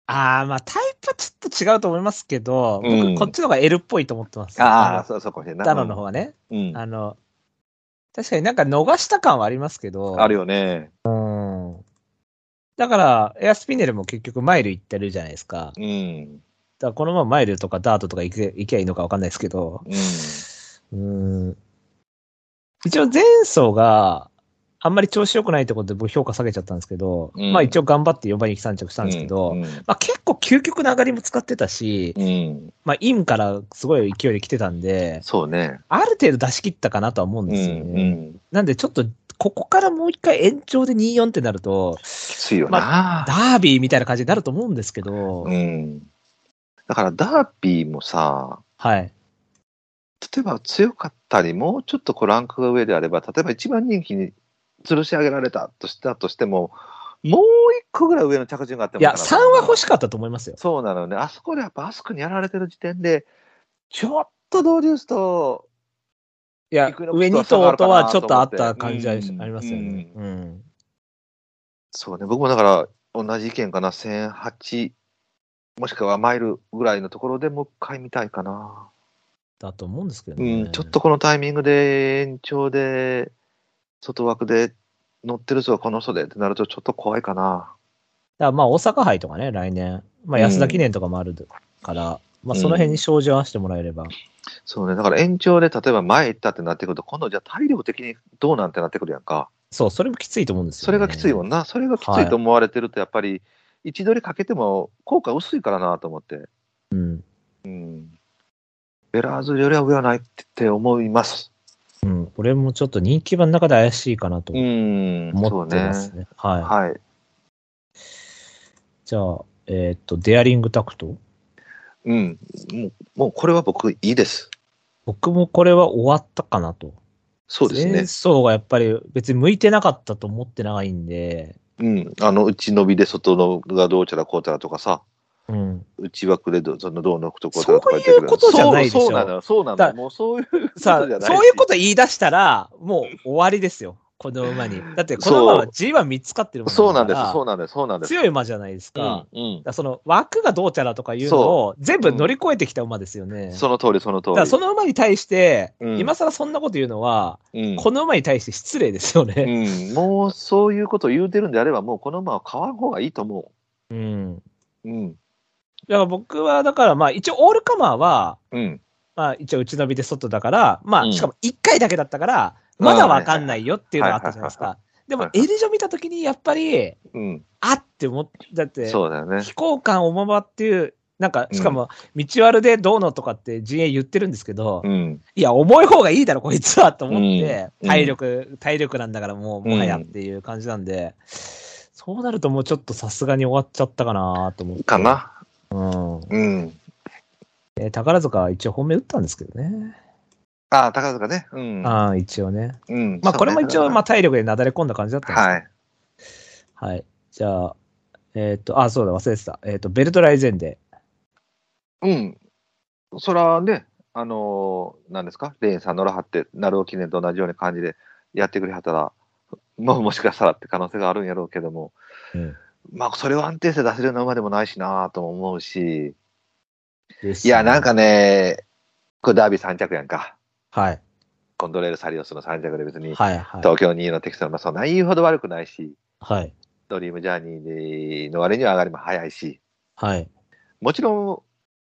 あー、まあタイプはちょっと違うと思いますけど、うん僕、こっちの方が L っぽいと思ってます。ああ、う。そうそうかもしれんない。ダノの方はね。うん。あの、確かになんか逃した感はありますけど、あるよね。うん。だから、エアスピネルも結局マイル行ってるじゃないですか。だかうん。らこのままマイルとかダートとか行け行きゃいいのかわかんないですけど、うん。うん。一応前走が、あんまり調子良くないってことで僕評価下げちゃったんですけど、うんまあ一応頑張って4番に3着したんですけど、うん。まあ結構究極の上がりも使ってたし、うんまあインからすごい勢いで来てたんで、そうね。ある程度出し切ったかなとは思うんうん。ですよね。うん。なんでちょっと、ここからもう一回延長で2-4ってなると、きついよな。ダービーみたいな感じになると思うんですけど、うん。だからダービーもさ、はい。例えば強かったり、もうちょっとこうランクが上であれば、例えば一番人気に吊るし上げられたとしたとしても、もう一個ぐらい上の着順があってもいや、3は欲しいしかったと思いますよ。そうなのね。あそこでやっぱアスクにやられてる時点で、ちょっとドーデュースと、いや、イクイノック上ス2は下頭がるかとなはとちょ思っってとあった感じはありうんますよね。うん。そうね、僕もだから同じ意見かな、1008、もしくはマイルぐらいのところでもう一回見たいかな。だと思うんですけどうね。ん、ちょっと。このタイミングで延長で、外枠で乗ってるぞ、この人でってなるとちょっと怖いかな。だからまあ、大阪杯とかね、来年。まあ、安田記念とかもあるから、まあ、その辺に照準合わせてもらえれば。そうね、だから延長で例えば前行ったってなってくると、今度じゃあ体力的にどうなんてなってくるやんか。そう、それもきついと思うんですよ、ね。それがきついもんな、それがきついと思われてると、やっぱり位置取りかけても効果薄いからなと思って。うん。うん。ベラーズよりは上はないって思います。うん。俺もちょっと人気馬の中で怪しいかなとうん、思ってますそうね。はい。はい。じゃあ、えーっと、デアリングタクト。うん。もう、もうこれは僕いいです。僕もこれは終わったかなと。そうです前ね。走がやっぱり別に向いてなかったと思ってないんで、うん。あの、内伸びで外のがどうちゃらこうちゃらとかさ、うん。内枠でどそのどうのくとこうちゃらとか言ってそういうことじゃないでしょそうそうなのよ、そうなのよ。だもうそういうことじゃさないあ、そういうこと言い出したら、もう終わりですよ。この馬に。だって、この馬は G1 見つかってるもんそうなんでだす、からそうなんです、そうなんです。強い馬じゃないですか。だかうん、らその枠がどうちゃらとかいうのを全部乗り越えてきた馬ですよね。うん。その通り、その通だり。からその馬に対して、うん今更そんなこと言うのは、うんこの馬に対して失礼ですようね。ん、もうそういうことを言うてるんであれば、もうこの馬は買わん方がいいと思うん。う。うん。だから僕は、だからまあ一応オールカマーは、うん。まあ一応打ち伸びで外だから、まうあんしかも1回だけだったから、まだわかんないよっていうのがあったじゃないですはか。ではもいエリジョ見たときにやっぱり、うん。あって思って、だって、そうだよね。非公感おままっていう、なんか、しかも、道悪でどうのとかって陣営言ってるんですけど、うん。いや、重い方がいいだろ、こいつはと思って、うん体力、体力なんだからもう、もはやうんっていう感じなんで、そうなるともうちょっとさすがに終わっちゃったかなと思って。か。な。うん。うん。えー宝塚は一応本命打ったんですけどね。ああ、高塚ね。うん。ああ、一応ね。うん。まあ、これも一応、まあ、た。体力でなだれ込んだ感じだったんですけどははい。い。じゃあ、えっ、と、あ、そうだ、忘れてた。えっ、と、ベルトライゼンで。うん。そらね、あのー、なんですか、レーンさん乗らはって、なるお記念と同じような感じでやってくれはったら、もうもしかしたらって可能性があるんやろうけども、うんまあ、それを安定性出せるような馬でもないしなとも思うし、いや、なん。かね、これダービー3着やんか。はい。コンドレール・サリオスの3着で別に、はい、はい。東京2位のテキサスの、まあ、そんな言うほど悪くないし、はい。ドリームジャーニーの割には上がりも早いし、はい。もちろん、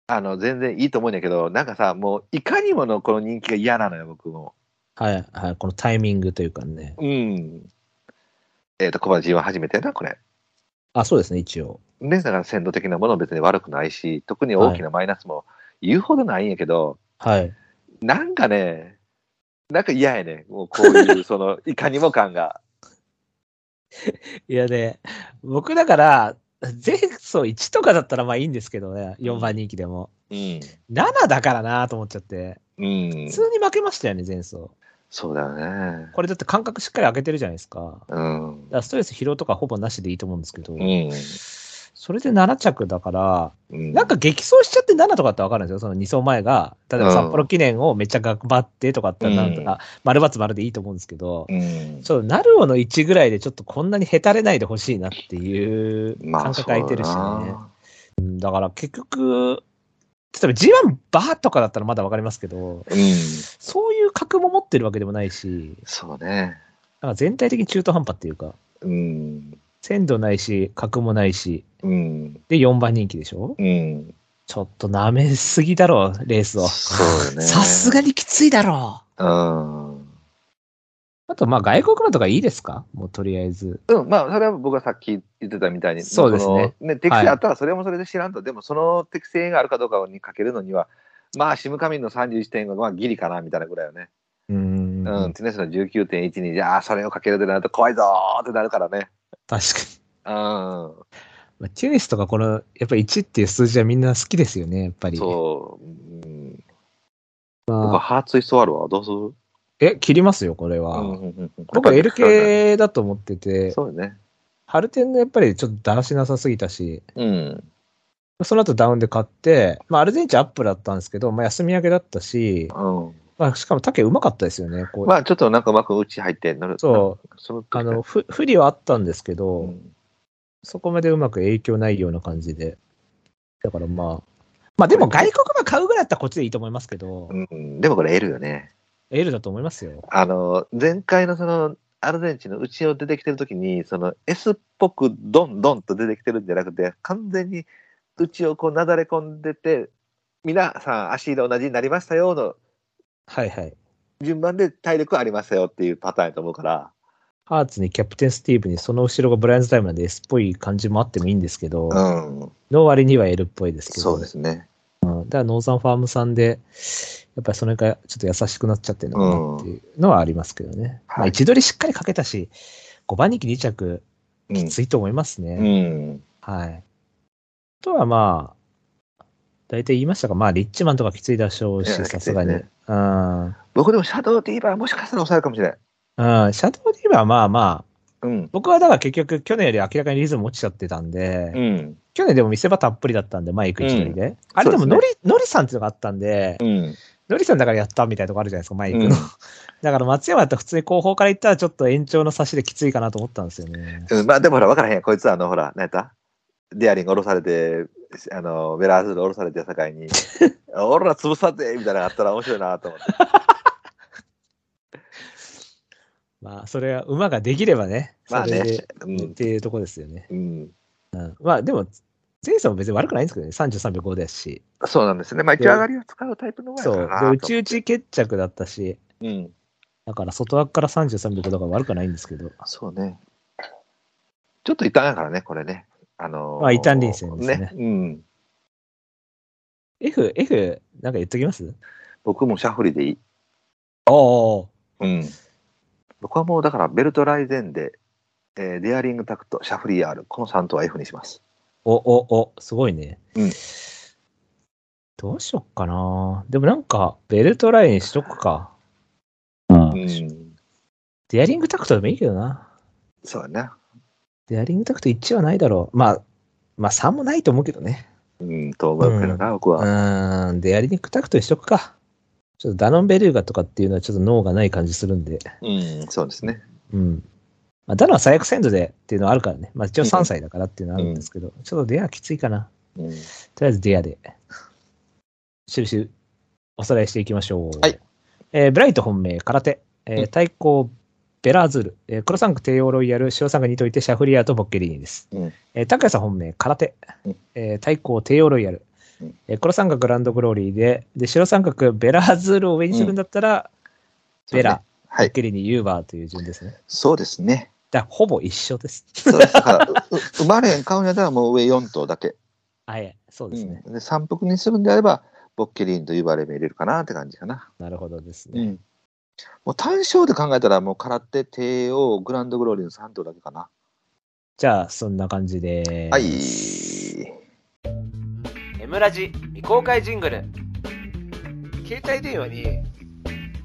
あの、全然いいと思うんだけど、なんかさ、もう、いかにものこの人気が嫌なのよ、僕も。はい。はい。このタイミングというかね。うん。えっ、と、小林は初めてやな、これ。あ、そうですね、一応。ね、だから鮮度的なものも別に悪くないし、特に大きなマイナスも言うほどないんやけど、はい。なんかね、なんか嫌やねもうこういう、その、いかにも感 が。いやね、僕だから、前走1とかだったらまあいいんですけどね、4番人気でも。うん。 7だからなと思っちゃって。うん普。通に負けましたよね、前走。そうだよね。これだって間隔しっかり空けてるじゃないですか。だかうん。らストレス疲労とかほぼなしでいいと思うんですけど、うん。それで7着だから、うんなんか激走しちゃって7とかってわかるんですよ。その2走前が、例えばうん札幌記念をめっちゃ頑張ってとかだったらなんとうんか、丸×丸でいいと思うんですけど、うんちょっとナルオの1ぐらいでちょっとこんなにへたれないでほしいなっていう感覚空いてるしね。うんだから結局、例えば G1 バーとかだったらまだわかりますけど、そうだなうん。そういう格も持ってるわけでもないし、そうね。なんか全体的に中途半端っていうか、うん。鮮度ないし、格もないし、うん。で4番人気でしょうん。ちょっと舐めすぎだろ、レースを。そうね。さすがにきついだろう。うん。あと、まあ、外国のとかいいですかもうとりあえず。うん、まあ、それは僕がさっき言ってたみたいに、そうですねその適性あったらそれもそれで知らんと、でもその適性があるかどうかにかけるのには、まあ、シムカミンの31.5、まあ、ギリかな、みたいなぐらいよね。うーんうん、ティネスの19.12、じゃあ、それをかけるとなると怖いぞーってなるからね。確かに。うまあ、テュニスとかこの、やっぱり1っていう数字はみんな好きですよね、やっぱん、り。そう。うん、僕はまあ、ハーツイストあるわ、どうするえ、切りますよ、これは。うんうんうんうん僕は LK だと思ってて、そうね。ハルテンのやっぱりちょっとだらしなさすぎたし、うん。その後ダウンで買って、まあ、アルゼンチンアップだったんですけど、まあ、休み明けだったし、うん、まあ、しかも竹うまかったですよね。こうまあ、ちょっとなんかうまくうち入って乗る。。そうそのあの、ふ不利はあったんですけど、うんそこまでうまく影響ないような感じで。だからまあ、まあでも外国馬買うぐらいだったらこっちでいいと思いますけど、うん、でもこれ L よね。 L だと思いますよ。あの、前回のその、アルゼンチンのうちを出てきてるときに、その S っぽくドンドンと出てきてるんじゃなくて、完全にうちをこうなだれ込んでて、皆さん足色同じになりましたよのはいはい。順番で体力ありましたよっていうパターンやと思うから、ハーツにキャプテンスティーブにその後ろがブライアンズタイムなんで S っぽい感じもあってもいいんですけど、うん、の割には L っぽいですけど、そうですね。うんだからノーザンファームさんで、やっぱりその辺がちょっと優しくなっちゃってるのかなっていうのはありますけどね。はいまあ位置取りしっかりかけたし、5番人気2着、うんきついと思いますね。うん、はい。あとはまあ、大体言いましたが、まあ、リッチマンとかきついでしょういし、やさすがに。きついですうん。うん。僕でもシャドウディーバーもしかしたら抑えるかもしれない。シャドウディーバーはまあまあ、うん、僕はだから結局、去年より明らかにリズム落ちちゃってたんで、うん、去年でも見せ場たっぷりだったんで、マイク一人で。あれでもそうノでリ、ノリさんっていうのがあったんで、うん、ノリさんだからやったみたいなとこあるじゃないですか、マイクの。うん だから松山だったら普通に後方から行ったらちょっと延長の差しできついかなと思ったんですよね。うん。まあでもほら、わからへんやんこいつあの、ほら、何やったデアリンが降ろされて、あの、ベラーズール降ろされてやさか いに、俺ら潰さってみたいなのがあったら面白いなと思って。まあ、それは馬ができればね。まあそれねで。うっん。ていうとこですよね。うん、まあでも、前走も別に悪くないんですけどね、33秒5ですし、そうなんですね。まあ一応上がりを使うタイプの前そかう、なでと。内々決着だったし、うん。だから外枠から33秒5だから悪くないんですけど、そうね。ちょっと痛んやからね、これね。あのーまあ一旦臨戦ですねうん。 F、F、なんか言っときます僕もシャフリでいい。おお、うん。僕はもうだから、ベルトライゼンで、えーデアリングタクト、シャフリー R、この3頭は F にします。お、お、お、すごいね。うんどうしよっかな。でもなんか、ベルトラインにしとくか。うんうん。デアリングタクトでもいいけどな。そうやな。デアリングタクト1はないだろう。まあ、まあ3もないと思うけどね。うん、と思うけどな、僕うは。ーん、デアリングタクトにしとくか。ちょっとダノンベルーガとかっていうのはちょっと脳がない感じするんで。うん、そうですね。うん。まあ、ダノンは最悪鮮度でっていうのはあるからね。まあ一応3歳だからっていうのはあるんですけど、ちょっとデアきついかな。うん、とりあえずデアで。印、おさらいしていきましょう。はい。えーブライト本命、空手。えーうん対抗、ベラーズール。えー黒三区帝王ロイヤル、白三区にといてシャフリアーとボッケリーニです。うんえー高谷さん本命、空手。うんえー対抗、帝王ロイヤル。うんえー黒三角グランドグローリーで、で、白三角ベラーズールを上にするんだったら、ベラ、はボッい、ケリーニ、ユーバーという順ですね。そうですね。だからほぼ一緒です。そうですだから、うう生まれへん買うんやったらもう上4頭だけ。はい、そううですん、ね。で三幅にするんであれば、ボッケリンとユバレも入れるかなって感じかな。なるほどですうね。ん。もう単勝で考えたら、もう空手、帝王、グランドグローリーの3頭だけかな。じゃあ、そんな感じで。はい。エムラジ未公開ジングル携帯電話に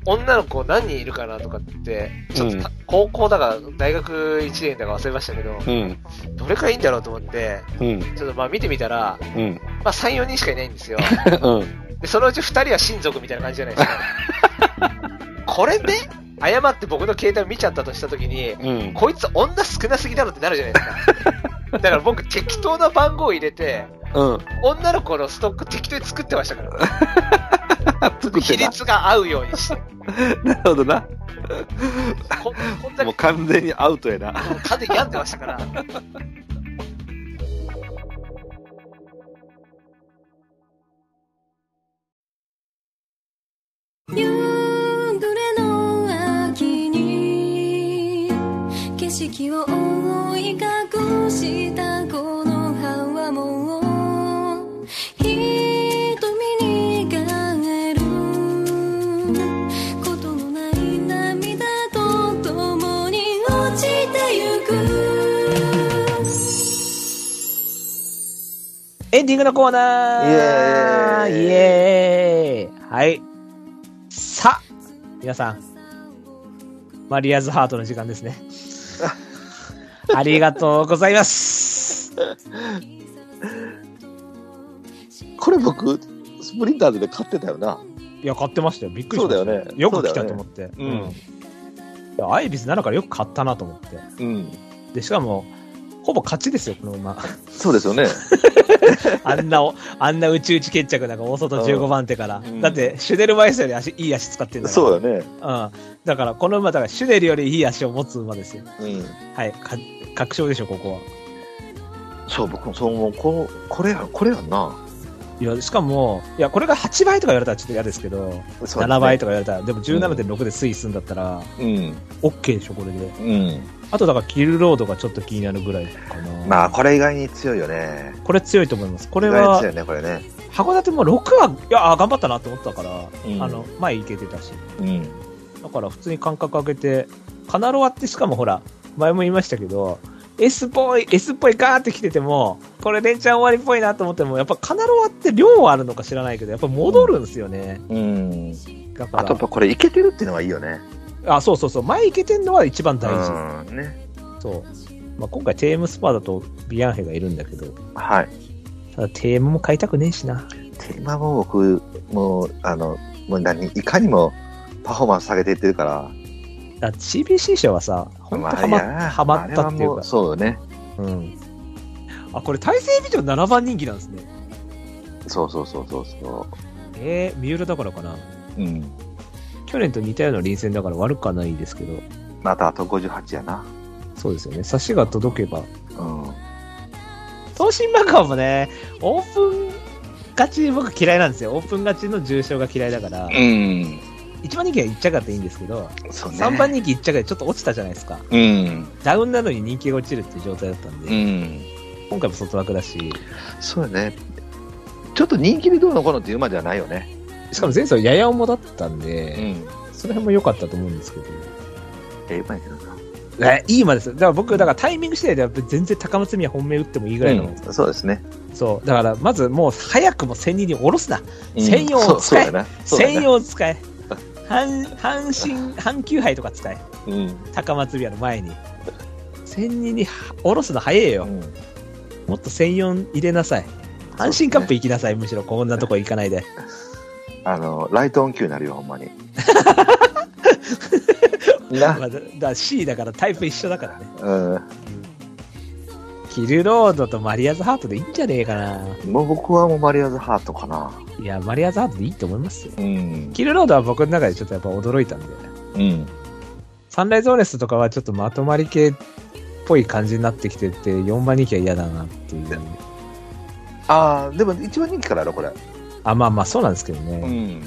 女の子何人いるかなとかって、ちょっとた、高校だか、大学1年だか忘れましたけど、うん、どれくらいいんだろうと思って、うん、ちょっとまあ見てみたら、うん、まあ3、4人しかいないんですよ。うん。で、そのうち2人は親族みたいな感じじゃないです か。これで、誤って僕の携帯を見ちゃったとしたときに、うん、こいつ女少なすぎだろってなるじゃないですか。だから僕適当な番号を入れて、うん。女の子のストック適当に作ってましたから。作っ比てな。率が合うようにして。なるほどな。ここんだもうけ完全にアウトやな。風病んでましたから。夕暮れの秋に景色を覆い隠したこの葉はもう瞳に輝ることのない涙と共に落ちてゆくエンディングのコーナーイエーイイエーイはい。さあ、皆さん、マリアーズハートの時間ですね。ありがとうございます。これ僕、スプリンターズで買ってたよな。いや、買ってましたよ。びっくりそしうましただよね。よく来たと思っって。ううんん。いやアイビス7からよく買ったなと思って。て。うん。で、しかも、ほぼ勝ちですよ、このまま。そうです よね。あんなお、あんな宇宙一決着なんか大外15番手から。うんだって、シュネルバイスより足、いい足使ってんだから。そうだね。うん。だから、この馬、だから、シュネルよりいい足を持つ馬ですよ。うん。はい。か確証でしょ、ここは。そう、僕もそう思う。こうこれや、これやんな。いや、しかも、いや、これが8倍とか言われたらちょっと嫌ですけど、そうだね7倍とか言われたら、でも17.6で推移するんだったら、うん。 OK でしょ、これで。うん。あと、だから、キルロードがちょっと気になるぐらいかな。まあ、これ以外に強いよね。これ強いと思います。ここれは強い、よね、これね。函館も6は、いや、あ頑張ったなと思ったから、うんあの、前行けてたし。うん。だから普通に間隔空けて、カナロアってしかもほら、前も言いましたけど、S っぽい、S っぽいガーって来てても、これ連チャン終わりっぽいなと思っても、やっぱカナロアって量はあるのか知らないけど、やっぱ戻るんですよね。うん。だかあと、やらっ、ぱこれいけてるっていうのはいいよね。あそうそうそう、前行けてんのは一番大事。うん。ね。そう。まあ、今回テームスパだとビアンヘがいるんだけど、はい。ただテームも買いたくねえしな。テーマも僕、もう、あの、もう何、いかにもパフォーマンス下げていってるから、だから CBC 賞はさ、本当まあはれまやはまったっていあれはうもかう。そうよね。うん。あ、これ対戦ビジョン7番人気なんですね。そうそうそうそうそえー、三浦だからかな。う。うん。去年と似たような臨戦だから悪くはないですけど、またあと58やな。そうですよね。差しが届けば。うん。東進マカオもね、オープン勝ち僕嫌いなんですよ。オープン勝ちの重傷が嫌いだから、うん。 1番人気は1着だっていいんですけど、そうね。 3番人気1着でちょっと落ちたじゃないですか。うん。ダウンなのに人気が落ちるっていう状態だったんで、うん。今回も外枠だし、そうよね。ちょっと人気でどうのこうのっていう馬じゃないよね。しかも前走やや重だったんうで、ん。その辺も良かったと思うんですけど。ええ馬やけどな。え、いい馬ですよ。だから僕、だからタイミング次第では全然高松宮本命打ってもいいぐらいの、うん、そうですね。そう。だから、まずもう早くも千人に下ろすな。うん専用そう使えそうだな。そうだな専。用使 え。半、半身、半球杯とか使え。うん。高松宮の前に。千人に下ろすの早えよ。うんもっと専用入れなさい。阪神カップ行きなさい、むしろこんなとこ行かないで。あの、ライトオン級になるよ、ほんま に。なま。あ、だだから C だからタイプ一緒だからね。うキルロードとマリアーズハートでいいんじゃねえかな。ん、もう僕はもうマリアーズハートかな。いや、マリアーズハートでいいと思いますよ。うん。キルロードは僕の中でちょっとやっぱ驚いたんで。うん。サンライズオーレスとかはちょっとまとまり系っぽい感じになってきてて、4番人気は嫌だなっていう。ああ、でも一番人気からやろ、これ。あ、まあまあそうなんですけどうね。ん。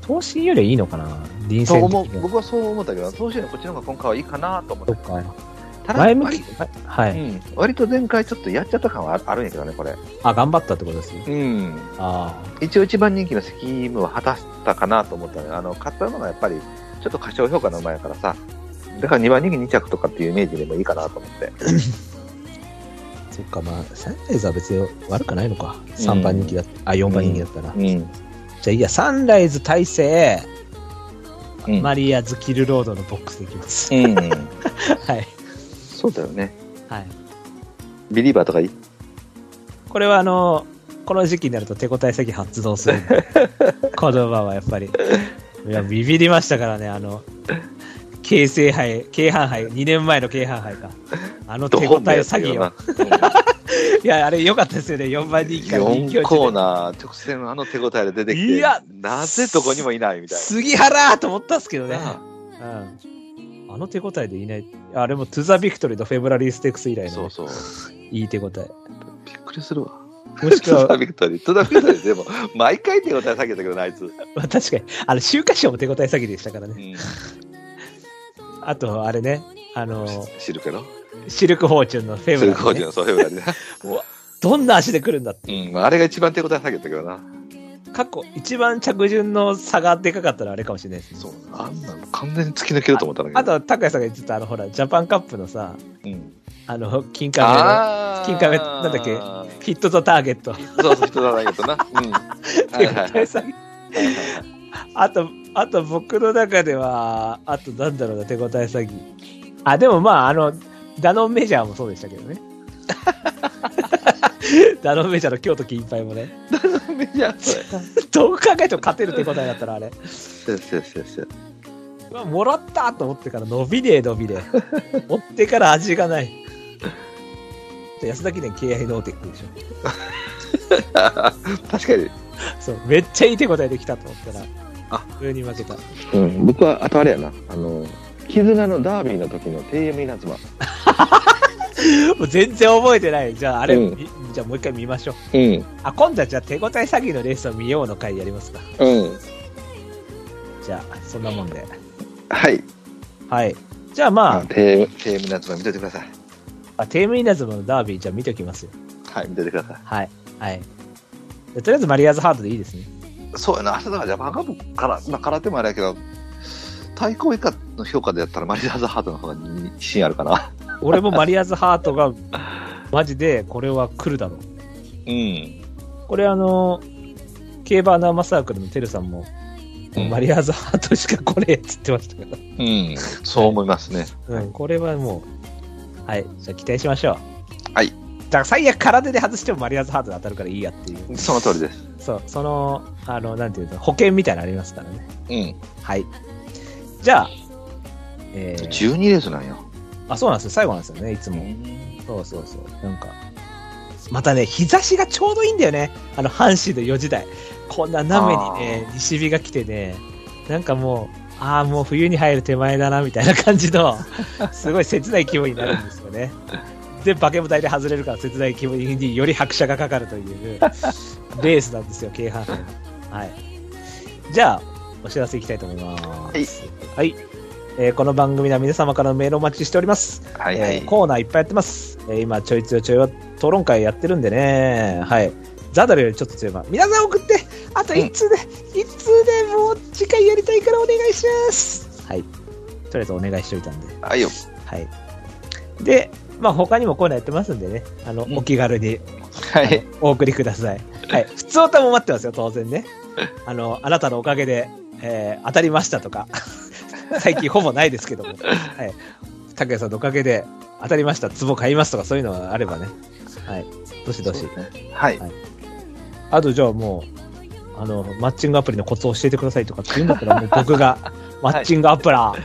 投資よりはいいのかな臨そう戦思う的には。僕はそう思ったけど、当時のこっちの方が今回はいいかなと思っそてっ。か。ただ前向割き。はうい。ん、割と前回ちょっとやっちゃった感はああるんやけどね、これ。あ、頑張ったってことですね。うん。あ一応一番人気の責務は果たしたかなと思ったのよあの、買ったのがやっぱり、ちょっと過小評価の馬やからさ。だから2番人気2着とかっていうイメージでもいいかなと思って。あ。そっか、まあ、サンライズは別に悪くないのか。3番人気だった。あ、4番人気だったら。うん。じゃあいいや、サンライズ大勢、うんマリアズ・キルロードのボックスでいきます。うん。はい。そうだよね。はい。ビリーバーとかいいこれはあの、この時期になると手応え詐欺発動する んで。この馬はやっぱり。いや、ビビりましたからね、あの、京成杯、京阪杯、2年前の京阪杯か。あの手応え詐欺を。いや、あれ良かったですよね、4番人気から人気4落ちコーで。ナー直線あの手応えで出てきていやなぜどこにもいないみたい杉原と思ったんですけどね。なうん。あの手応えでいない。あれもトゥザ・ビクトリーとフェブラリー・ステークス以来そのうそういい手応え。びっくりするわもしくトダは、 ビクトリートダビクトリーでも毎回手応え下げたけどなあいつ、まあ確かに、あの、週刊賞も手応え詐欺でしたからうね。ん、あと、あれね、あの、シルクのシルクフォーチュンのフェブラシルリク工ー、事ね。のそういうのねどんな足で来るんだって。うんまああれが一番手応え下げたけどな過去、一番着順の差がでかかったのはあれかもしれないです。そうあんなの完全に突き抜けると思ったんだけどあと、高谷さんが言ってた、あの、ほら、ジャパンカップのさ、うん、あの、金カあー金亀なんだっメのヒットとターゲット。そうそう人だらけとな うんはいはいはい手応え詐欺 あと、あと僕の中では、あとなんだろうな、手応え詐欺。あ、でもまあ、あの、ダノンメジャーもそうでしたけどね。 ダノンメジャーの京都金杯もね。めちゃそれどう考えても勝てる手応えだったら、あれ。そうそうそうそううわもらったと思ってから伸びねえ伸びねえ。持ってから味がない。で安田記念敬愛ノーテックでしょ。確かにそう、めっちゃいい手応えできたと思ったら、あ普通に負けた。うん、僕はあとあれやなあの絆のダービーの時の TM 稲妻もう全然覚えてない。じゃあ、あれ、うんみじゃあもう一回見ましょう。うんあ、今度はじゃあ手応え詐欺のレースを見ようの回やりますか。うんじゃあ、そんなもんで。はいはい。じゃあまあ、あ TM, TM 稲妻見といてくださいあテームイナズムのダービー、じゃあ見ときますよ。はい見といてくださいはい。はい。でとりあえずマリアーズハードでいいですね。そうやな明日だからジャパンカップから、まあ、空手もあれやけど対抗以下の評価でやったらマリアーズハートの方がに自信あるかな俺もマリアーズハート が、マジでこれは来るだろう。うんこれあの、競馬アナウンサークルのテルさんも、うんマリアーズハートしか来ねえって言ってましたけど、うんそう思いますねうん、これはもう、はい、じゃあ期待しましょう。はい。だから最悪空手で外してもマリアーズハートで当たるからいいやっていう。 その通りですそう、その、あの、なんていうの、保険みたいなのありますからね。うんはい。じゃあ、えー12レースなんよ、あ、そうなんですよ。最後なんですよね、いつうも。ん、そうそうそう。なんか、またね、日差しがちょうどいいんだよね。あの、阪神の4時台。こんな斜めにね、西日が来てね、なんかもう、ああ、もう冬に入る手前だな、みたいな感じ の、すごい切ない気分になるんですよね。で、バケモ大で外れるから切ない気分により拍車がかかるという、レースなんですよ、京阪戦。はい。じゃあ、お知らせいきたいと思います。はい。えーこの番組では皆様からのメールをお待ちしております。はいはい、えーコーナーいっぱいやってます。えー今、ちょい強ちょいは討論会やってるんでね。はい。ザダルよりちょっと強いま。皆さん送って、あと1通で、1通でもう次回やりたいからお願いします。はい。とりあえずお願いしておいたんで。はいよはい。で、まあ他にもコーナーやってますんでね。あの、うんお気軽にはいお送りください。はい。普通歌も待ってますよ、当然ね。あの、あなたのおかげで、えー当たりましたとか、 最近ほぼないですけども、はい。拓也さんのおかげで当たりました、壺買いますとかそういうのがあればね。はい。どしどし。はいあとじゃあもう、あの、マッチングアプリのコツを教えてくださいとかって言うんだったら、もう僕が、マッチングアプラー、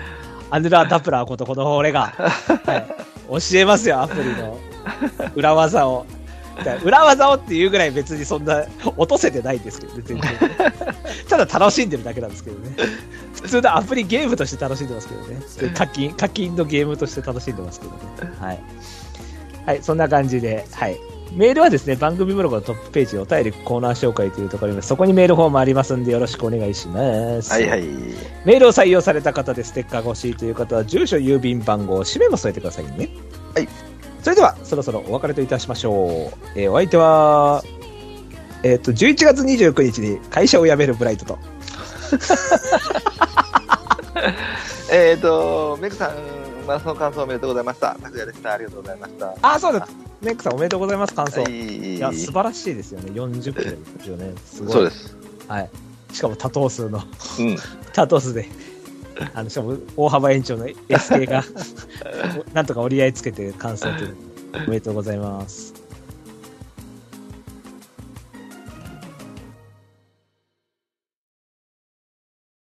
アヌラーダプラーことこの 俺が、はい、教えますよ、アプリの裏技を。だから裏技をっていうぐらい別にそんな落とせてないんですけどね、全然。ただ楽しんでるだけなんですけどね。普通のアプリゲームとして楽しんでますけどね。で課金、課金のゲームとして楽しんでますけどね。はい。はい、そんな感じで、はい。メールはですね、番組ブログのトップページお便りコーナー紹介というところに、そこにメールフォームありますんで、よろしくお願いします。はいはいメールを採用された方でステッカーが欲しいという方は、住所、郵便番号、氏名も添えてくださいね。はい。それでは、そろそろお別れといたしましょう。えーお相手は、えっ、と、11月29日に会社を辞めるブライトと、えっ、ー、とメグさんマラソン感想おめでとうございました拓也でしたありがとうございましたあ、そうだ、メックさんおめでとうございます、感想。、はいいや、素晴らしいですよね。40キロですよね。すごい。そうですはい。しかも多頭数の、 うん多頭数で、あのしかも大幅延長 の SK がなんとか折り合いつけて完走というおめでとうございます